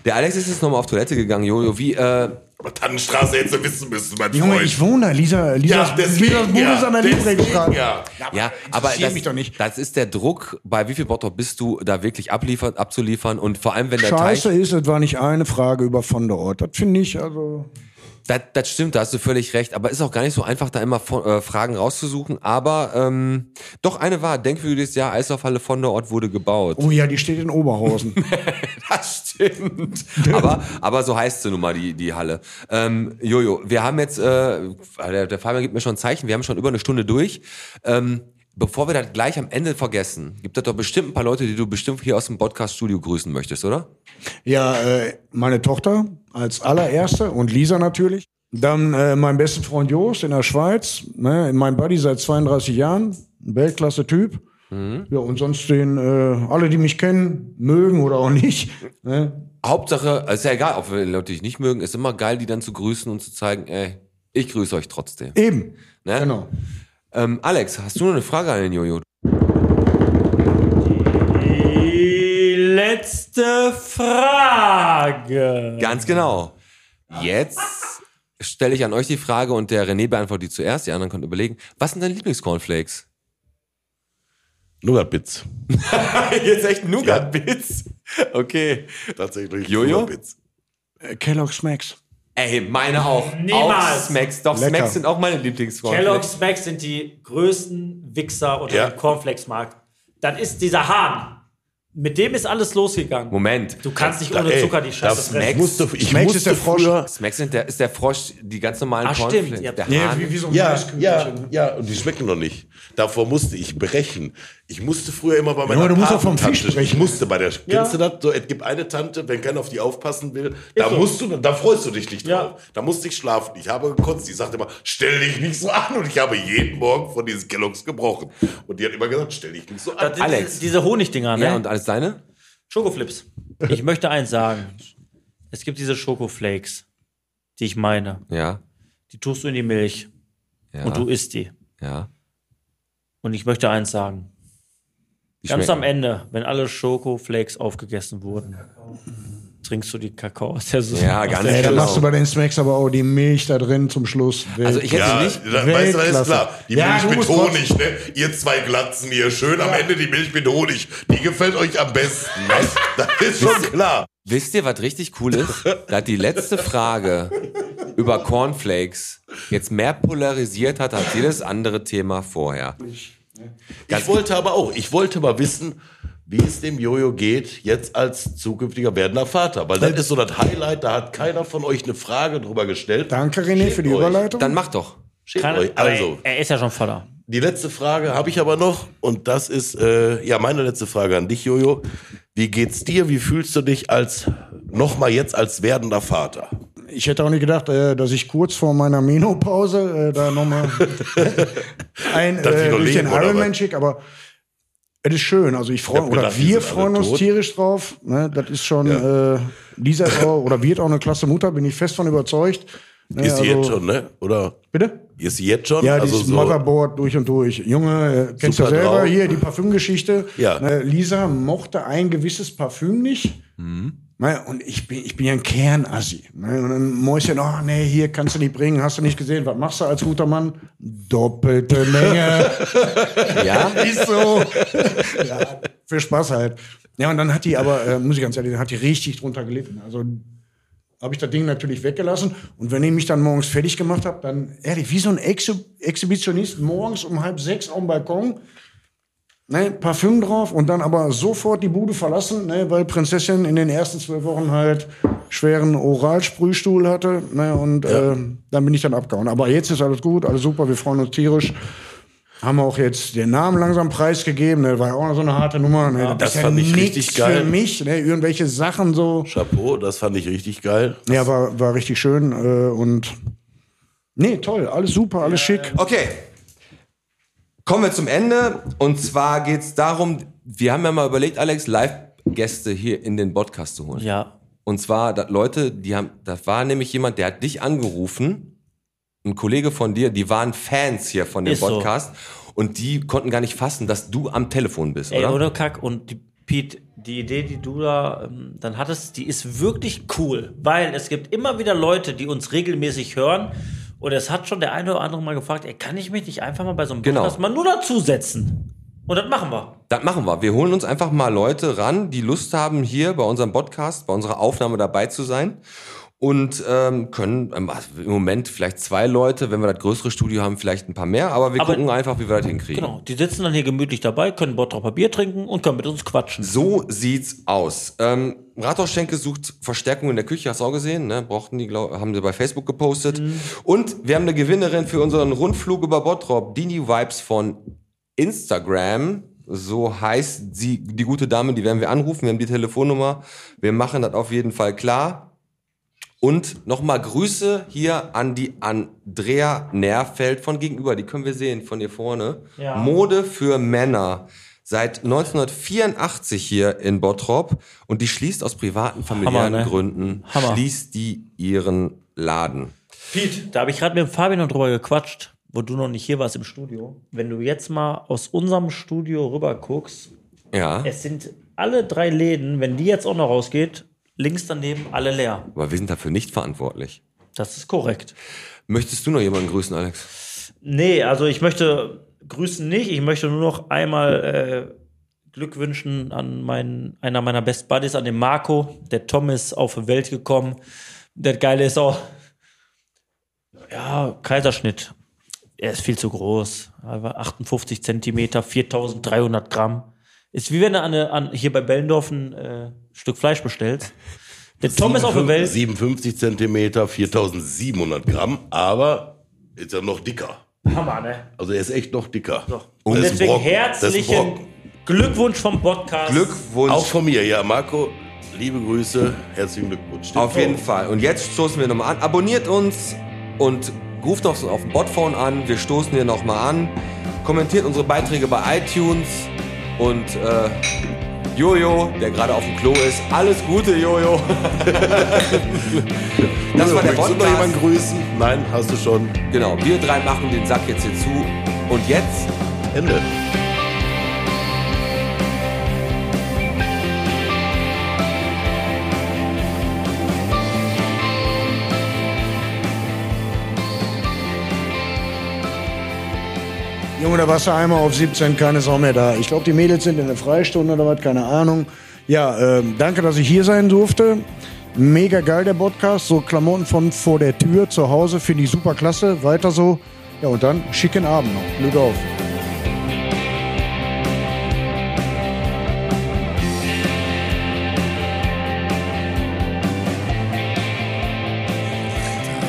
Der Alex ist jetzt nochmal auf Toilette gegangen, Jojo. Wie, äh, Aber Tannenstraße hättest du wissen müssen, mein Junge, Freund. ich wohne da. Lisa, Lisa, Lisas Bude ist an der deswegen, Liebrechtstraße. ja. ja, aber interessiert das, mich doch nicht. das ist der Druck, bei wie viel Bottrop bist du, da wirklich abliefert, abzuliefern und vor allem, wenn der Scheiße Teich, ist, es war nicht eine Frage über von der Ort. Das finde ich, also. das, das stimmt, da hast du völlig recht, aber ist auch gar nicht so einfach, da immer von, äh, Fragen rauszusuchen, aber ähm, doch eine war, denkwürdiges Jahr, Eislaufhalle von der Ort wurde gebaut. Oh ja, die steht in Oberhausen. Das stimmt. aber, aber so heißt sie nun mal, die, die Halle. Ähm, Jojo, wir haben jetzt, äh, der, der Fabian gibt mir schon ein Zeichen, wir haben schon über eine Stunde durch. Ähm, bevor wir das gleich am Ende vergessen, gibt es doch bestimmt ein paar Leute, die du bestimmt hier aus dem Podcast-Studio grüßen möchtest, oder? ja, äh, meine Tochter als allererste und Lisa natürlich. Dann äh, mein bester Freund Jos in der Schweiz. Ne, mein Buddy seit 32 Jahren. Ein Weltklasse-Typ. Mhm. Ja, und sonst den, äh, alle, die mich kennen, mögen oder auch nicht. Ne? Hauptsache, ist ja egal, ob wir die Leute dich nicht mögen, ist immer geil, die dann zu grüßen und zu zeigen, ey, ich grüße euch trotzdem. Eben. Ne? Genau. Ähm, Alex, hast du noch eine Frage an den Jojo? Die letzte Frage. Ganz genau. Jetzt stelle ich an euch die Frage und der René beantwortet die zuerst. Die anderen können überlegen. Was sind deine Lieblingscornflakes? Nougat-Bits. Jetzt echt Oh Nougat-Bits. Okay. Tatsächlich. Jojo? Nougat-Bits. Äh, Kellogg's Max. Ey, meine auch. Niemals. Auch Smacks. Doch, Lecker. Smacks sind auch meine Lieblingscornflakes. Kellogg's Max sind die größten Wichser unter Ja. dem Cornflakes-Markt. Dann ist dieser Hahn. Mit dem ist alles losgegangen. Moment. Du kannst nicht ohne Ey, Zucker die Scheiße das fressen. Max- Ich musste, ich Max musste ist der Frosch. früher... Smacks sind der, ist der Frosch, die ganz normalen Ah, stimmt. Cornflakes. Ihr habt- Der Ja, Hahn. wie, wie so ein Ja, Maiskügelchen, ja, ne? ja, und die schmecken noch nicht. Davor musste ich brechen. Ich musste früher immer bei meiner aber du musst doch vom Patentante- Fisch sprechen. Ich musste bei der, kennst du das? So, es gibt eine Tante, wenn keiner auf die aufpassen will, da so. musst du, da freust du dich nicht Ja. drauf. Da musste ich schlafen. Ich habe gekotzt. Die sagte immer, stell dich nicht so an. Und ich habe jeden Morgen von diesen Kelloggs gebrochen. Und die hat immer gesagt, stell dich nicht so an. Das sind Alex. Diese, diese Honigdinger, ne? Ja, und alles deine? Schokoflips. Ich möchte eins sagen. Es gibt diese Schokoflakes, die ich meine. Ja. Die tust du in die Milch ja. und du isst die. ja. Und ich möchte eins sagen. Die Ganz am schmecken. Ende, wenn alle Schokoflakes aufgegessen wurden, trinkst du die Kakao aus der Soße. Ja, ganz Ey, dann genau. machst du bei den Smacks aber auch die Milch da drin zum Schluss. Also ich hätte Ja, nicht. da, weißt du, das ist Weltklasse. klar. Die Ja, du Milch mit musst Honig, ne? Ihr zwei Glatzen hier, schön am Ende die Milch mit Honig. Die gefällt euch am besten, ne? Das ist schon klar. Wisst ihr, was richtig cool ist? Da hat die letzte Frage über Cornflakes jetzt mehr polarisiert hat als jedes andere Thema vorher. Ich wollte aber auch, ich wollte mal wissen, wie es dem Jojo geht, jetzt als zukünftiger werdender Vater. Weil das Äh, ist so das Highlight, da hat keiner von euch eine Frage drüber gestellt. Danke, René, für die Schämt euch. Überleitung. Dann mach doch. Schämt Keine- euch. aber Also, Er ist ja schon Vater. die letzte Frage habe ich aber noch und das ist äh, ja meine letzte Frage an dich, Jojo. Wie geht's dir? Wie fühlst du dich als nochmal jetzt als werdender Vater? ich hätte auch nicht gedacht, äh, dass ich kurz vor meiner Menopause äh, da nochmal ein Dass ich äh, noch durch den lebe, oder Ironman was? schicke, aber es ist schön. Also ich freue hab oder gedacht, die wir sind alle freuen uns tot. tierisch drauf. Ne? Das ist schon, äh, Lisa ist auch, oder wird auch eine klasse Mutter, bin ich fest von überzeugt. Ne, Ist sie also- jetzt schon, ne? Oder Bitte? ist sie jetzt schon? Ja, also dieses Motherboard durch und durch. Junge, äh, kennst du Super selber drauf. hier die Parfümgeschichte? Ja. Ne, Lisa mochte ein gewisses Parfüm nicht. Mhm. Ne, und ich bin, ich bin ja ein Kernassi. Ne? Und dann Mäuschen, oh nee, hier kannst du nicht bringen, hast du nicht gesehen. Was machst du als guter Mann? Doppelte Menge. Ja? ist so. ja, für Spaß halt. Ja, und dann hat die aber, äh, muss ich ganz ehrlich sagen, hat die richtig drunter gelitten. Also habe ich das Ding natürlich weggelassen. Und wenn ich mich dann morgens fertig gemacht habe, dann ehrlich, wie so ein Exhi- Exhibitionist morgens um halb sechs auf dem Balkon, ne, Parfüm drauf und dann aber sofort die Bude verlassen, ne, weil Prinzessin in den ersten zwölf Wochen halt schweren Oralsprühstuhl hatte. Ne, und äh, dann bin ich dann abgehauen. Aber jetzt ist alles gut, alles super, wir freuen uns tierisch. Haben auch jetzt den Namen langsam preisgegeben, ne, war ja auch noch so eine harte Nummer. Ne, das ist ja fand ich nichts richtig geil. Für mich, ne, irgendwelche Sachen so. Chapeau, das fand ich richtig geil. Ja, war, war richtig schön äh, und nee, toll, alles super, alles schick. Okay. Kommen wir zum Ende. Und zwar geht's darum, wir haben ja mal überlegt, Alex, Live-Gäste hier in den Podcast zu holen. Ja. Und zwar da, Leute, die haben, das war nämlich jemand, der hat dich angerufen, ein Kollege von dir, die waren Fans hier von dem Ist so. Podcast und die konnten gar nicht fassen, dass du am Telefon bist, Ey, oder? oder Kack. Und die, Pete, die Idee, die du da ähm, dann hattest, die ist wirklich cool, weil es gibt immer wieder Leute, die uns regelmäßig hören. Und es hat schon der eine oder andere mal gefragt, ey, kann ich mich nicht einfach mal bei so einem Genau. Podcast mal nur dazusetzen? Und das machen wir. Das machen wir. Wir holen uns einfach mal Leute ran, die Lust haben, hier bei unserem Podcast, bei unserer Aufnahme dabei zu sein. Und ähm, können ähm, also im Moment vielleicht zwei Leute, wenn wir das größere Studio haben, vielleicht ein paar mehr, aber wir Aber- gucken einfach, wie wir das hinkriegen. Genau. Die sitzen dann hier gemütlich dabei, können Bottropper Bier trinken und können mit uns quatschen. So sieht's aus. Ähm, Rathausschenke sucht Verstärkung in der Küche, hast du auch gesehen, ne? Brauchten die, glaub, haben sie bei Facebook gepostet. Und wir haben eine Gewinnerin für unseren Rundflug über Bottrop, Dini Vibes von Instagram. So heißt sie, die gute Dame, die werden wir anrufen. Wir haben die Telefonnummer. Wir machen das auf jeden Fall klar. Und nochmal Grüße hier an die Andrea Nerfeld von gegenüber. Die können wir sehen von hier vorne. Ja. Mode für Männer. Seit 1984 hier in Bottrop. Und die schließt aus privaten, familiären Hammer, ne? Gründen, Hammer. schließt die ihren Laden. Pete, da habe ich gerade mit dem Fabian noch drüber gequatscht, wo du noch nicht hier warst im Studio. Wenn du jetzt mal aus unserem Studio rüber guckst, Ja. es sind alle drei Läden, wenn die jetzt auch noch rausgeht, links daneben alle leer. Aber wir sind dafür nicht verantwortlich. Das ist korrekt. Möchtest du noch jemanden grüßen, Alex? Nee, also ich möchte grüßen nicht, ich möchte nur noch einmal äh, Glück wünschen an meinen, einer meiner Best Buddies, an den Marco. Der Tom ist auf die Welt gekommen. Der Geile ist auch, ja, Kaiserschnitt. Er ist viel zu groß. Aber 58 Zentimeter, 4300 Gramm. Ist wie wenn du an, eine- an, hier bei Bellendorf ein äh, Stück Fleisch bestellst. Der Tom ist auf der Welt. 57 Zentimeter, 4700 Gramm, aber ist ja noch dicker. Hammer, ne? Also er ist echt noch dicker. So. Das Und ist ein deswegen Brocken. Das ist ein herzlichen Brocken. Glückwunsch vom Podcast. Glückwunsch. Auch von mir, ja, Marco. Liebe Grüße, herzlichen Glückwunsch. Stimmt. Auf jeden Fall. Und jetzt stoßen wir nochmal an. Abonniert uns und ruft uns auf dem Botphone an. Wir stoßen hier nochmal an. Kommentiert unsere Beiträge bei iTunes. Und äh, Jojo, der gerade auf dem Klo ist. Alles Gute, Jojo. das war der Möchtest du noch Podcast. jemanden grüßen? Nein, hast du schon. Genau, wir drei machen den Sack jetzt hier zu. Und jetzt Ende. Junge, der Wassereimer auf 17, keine Sau mehr da. Ich glaube, die Mädels sind in der Freistunde oder was, keine Ahnung. Ja, ähm, danke, dass ich hier sein durfte. Mega geil der Podcast. So Klamotten von vor der Tür zu Hause finde ich super klasse. Weiter so. Ja, und dann schicken Abend noch. Glück auf.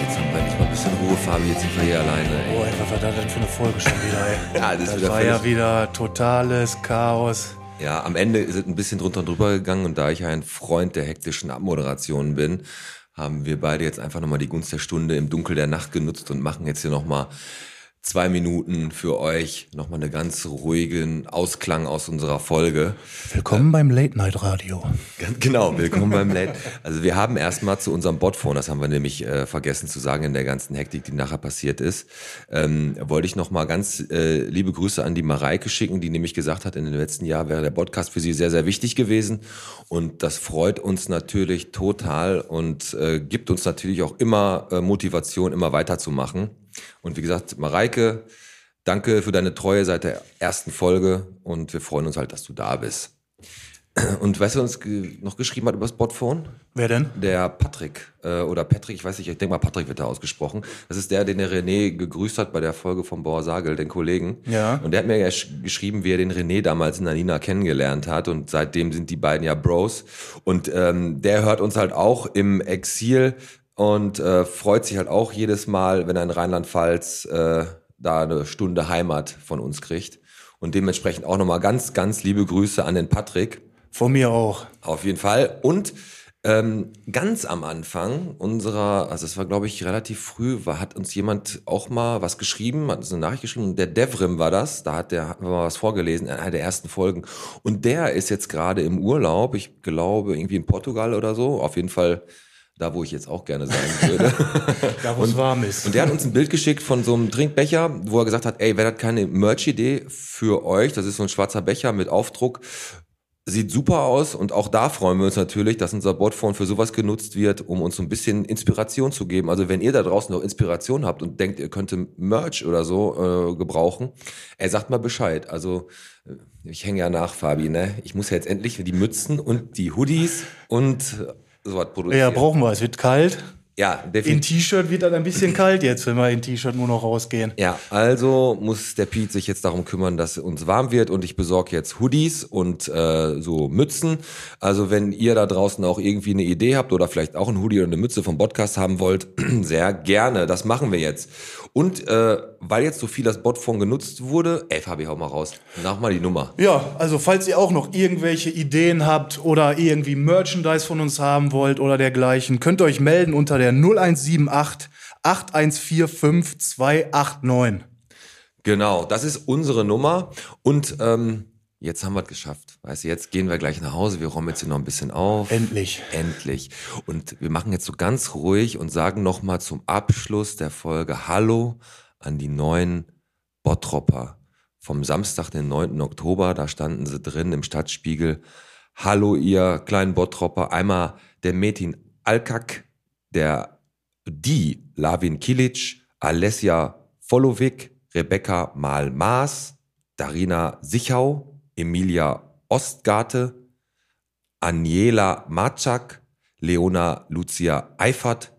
Jetzt haben wir endlich mal ein bisschen Ruhe, Fabi. Jetzt sind wir hier alleine. Ey. Boah, ey, was war da denn für eine Folge schon wieder, ey? Ja, das ist das wieder war völlig- ja wieder totales Chaos. Ja, am Ende ist es ein bisschen drunter und drüber gegangen. Und da ich ja ein Freund der hektischen Abmoderationen bin, haben wir beide jetzt einfach nochmal die Gunst der Stunde im Dunkel der Nacht genutzt und machen jetzt hier nochmal zwei Minuten für euch nochmal einen ganz ruhigen Ausklang aus unserer Folge. Willkommen beim Late Night Radio. Ganz genau, willkommen beim Late. Also wir haben erstmal zu unserem Botphone, das haben wir nämlich äh, vergessen zu sagen in der ganzen Hektik, die nachher passiert ist, ähm, wollte ich nochmal ganz äh, liebe Grüße an die Mareike schicken, die nämlich gesagt hat, in dem letzten Jahr wäre der Podcast für sie sehr, sehr wichtig gewesen. Und das freut uns natürlich total und äh, gibt uns natürlich auch immer äh, Motivation, immer weiterzumachen. Und wie gesagt, Mareike, danke für deine Treue seit der ersten Folge und wir freuen uns halt, dass du da bist. Und weißt du, was uns ge- noch geschrieben hat über das Botphone? Wer denn? Der Patrick äh, oder Patrick, ich weiß nicht, ich denke mal Patrick wird da ausgesprochen. Das ist der, den der René gegrüßt hat bei der Folge von Bauer Sagel, den Kollegen. Ja. Und der hat mir ja sch- geschrieben, wie er den René damals in der Nina kennengelernt hat. Und seitdem sind die beiden ja Bros. Und ähm, der hört uns halt auch im Exil und äh, freut sich halt auch jedes Mal, wenn er in Rheinland-Pfalz äh, da eine Stunde Heimat von uns kriegt. Und dementsprechend auch nochmal ganz, ganz liebe Grüße an den Patrick. Von mir auch. Auf jeden Fall. Und ähm, ganz am Anfang unserer, also es war glaube ich relativ früh, war, hat uns jemand auch mal was geschrieben, hat uns eine Nachricht geschrieben und der Devrim war das, da hat der hat mal was vorgelesen in einer der ersten Folgen. Und der ist jetzt gerade im Urlaub, ich glaube irgendwie in Portugal oder so, auf jeden Fall da, wo ich jetzt auch gerne sein würde. Da, wo es warm ist. Und der hat uns ein Bild geschickt von so einem Trinkbecher, wo er gesagt hat, ey, wäre das keine Merch-Idee für euch? Das ist so ein schwarzer Becher mit Aufdruck. Sieht super aus und auch da freuen wir uns natürlich, dass unser Botphone für sowas genutzt wird, um uns so ein bisschen Inspiration zu geben. Also wenn ihr da draußen noch Inspiration habt und denkt, ihr könnte Merch oder so äh, gebrauchen, ey, sagt mal Bescheid. Also äh, ich hänge ja nach, Fabi, ne? Ich muss ja jetzt endlich die Mützen und die Hoodies und äh, sowas produzieren. ja, brauchen wir. Es wird kalt. ja In definitiv. T-Shirt wird das ein bisschen kalt jetzt, wenn wir in T-Shirt nur noch rausgehen. Ja, also muss der Piet sich jetzt darum kümmern, dass uns warm wird und ich besorge jetzt Hoodies und äh, so Mützen. Also wenn ihr da draußen auch irgendwie eine Idee habt oder vielleicht auch ein Hoodie oder eine Mütze vom Podcast haben wollt, sehr gerne. Das machen wir jetzt. Und äh, weil jetzt so viel das Botphone genutzt wurde, ey Fabi, hau mal raus. Sag mal die Nummer. Ja, also falls ihr auch noch irgendwelche Ideen habt oder irgendwie Merchandise von uns haben wollt oder dergleichen, könnt ihr euch melden unter der 0178 8145 289. Genau, das ist unsere Nummer. Und ähm, jetzt haben wir es geschafft. Weißt du, jetzt gehen wir gleich nach Hause. Wir räumen jetzt hier noch ein bisschen auf. Endlich. Endlich. Und wir machen jetzt so ganz ruhig und sagen nochmal zum Abschluss der Folge Hallo an die neuen Bottropper. Vom Samstag, den 9. Oktober, da standen sie drin im Stadtspiegel. Hallo, ihr kleinen Bottropper. Einmal der Metin Alkak, der die Lavin Kilic, Alessia Folowik, Rebecca Mal-Maas, Darina Sichau, Emilia Ostgarte, Aniela Maczak, Leona Lucia Eifert,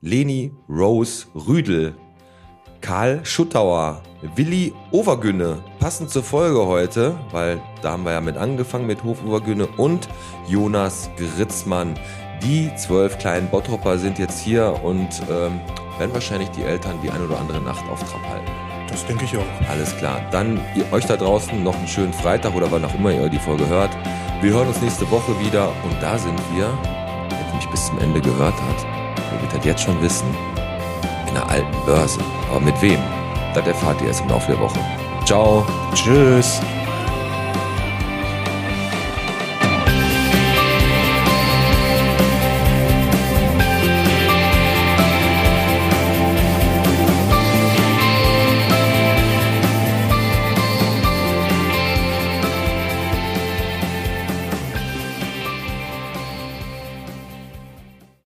Leni Rose Rüdel, Karl Schuttauer, Willi Overgünne, passend zur Folge heute, weil da haben wir ja mit angefangen mit Hofovergünne und Jonas Gritzmann. Die zwölf kleinen Bottropper sind jetzt hier und ähm, werden wahrscheinlich die Eltern die ein oder andere Nacht auf Trab halten. Das denke ich auch. Alles klar. Dann ihr, euch da draußen noch einen schönen Freitag oder wann auch immer ihr die Folge hört. Wir hören uns nächste Woche wieder und da sind wir, wer mich bis zum Ende gehört hat, der wird das jetzt schon wissen, in der alten Börse. Aber mit wem? Das erfahrt ihr erst im Laufe der Woche. Ciao. Tschüss.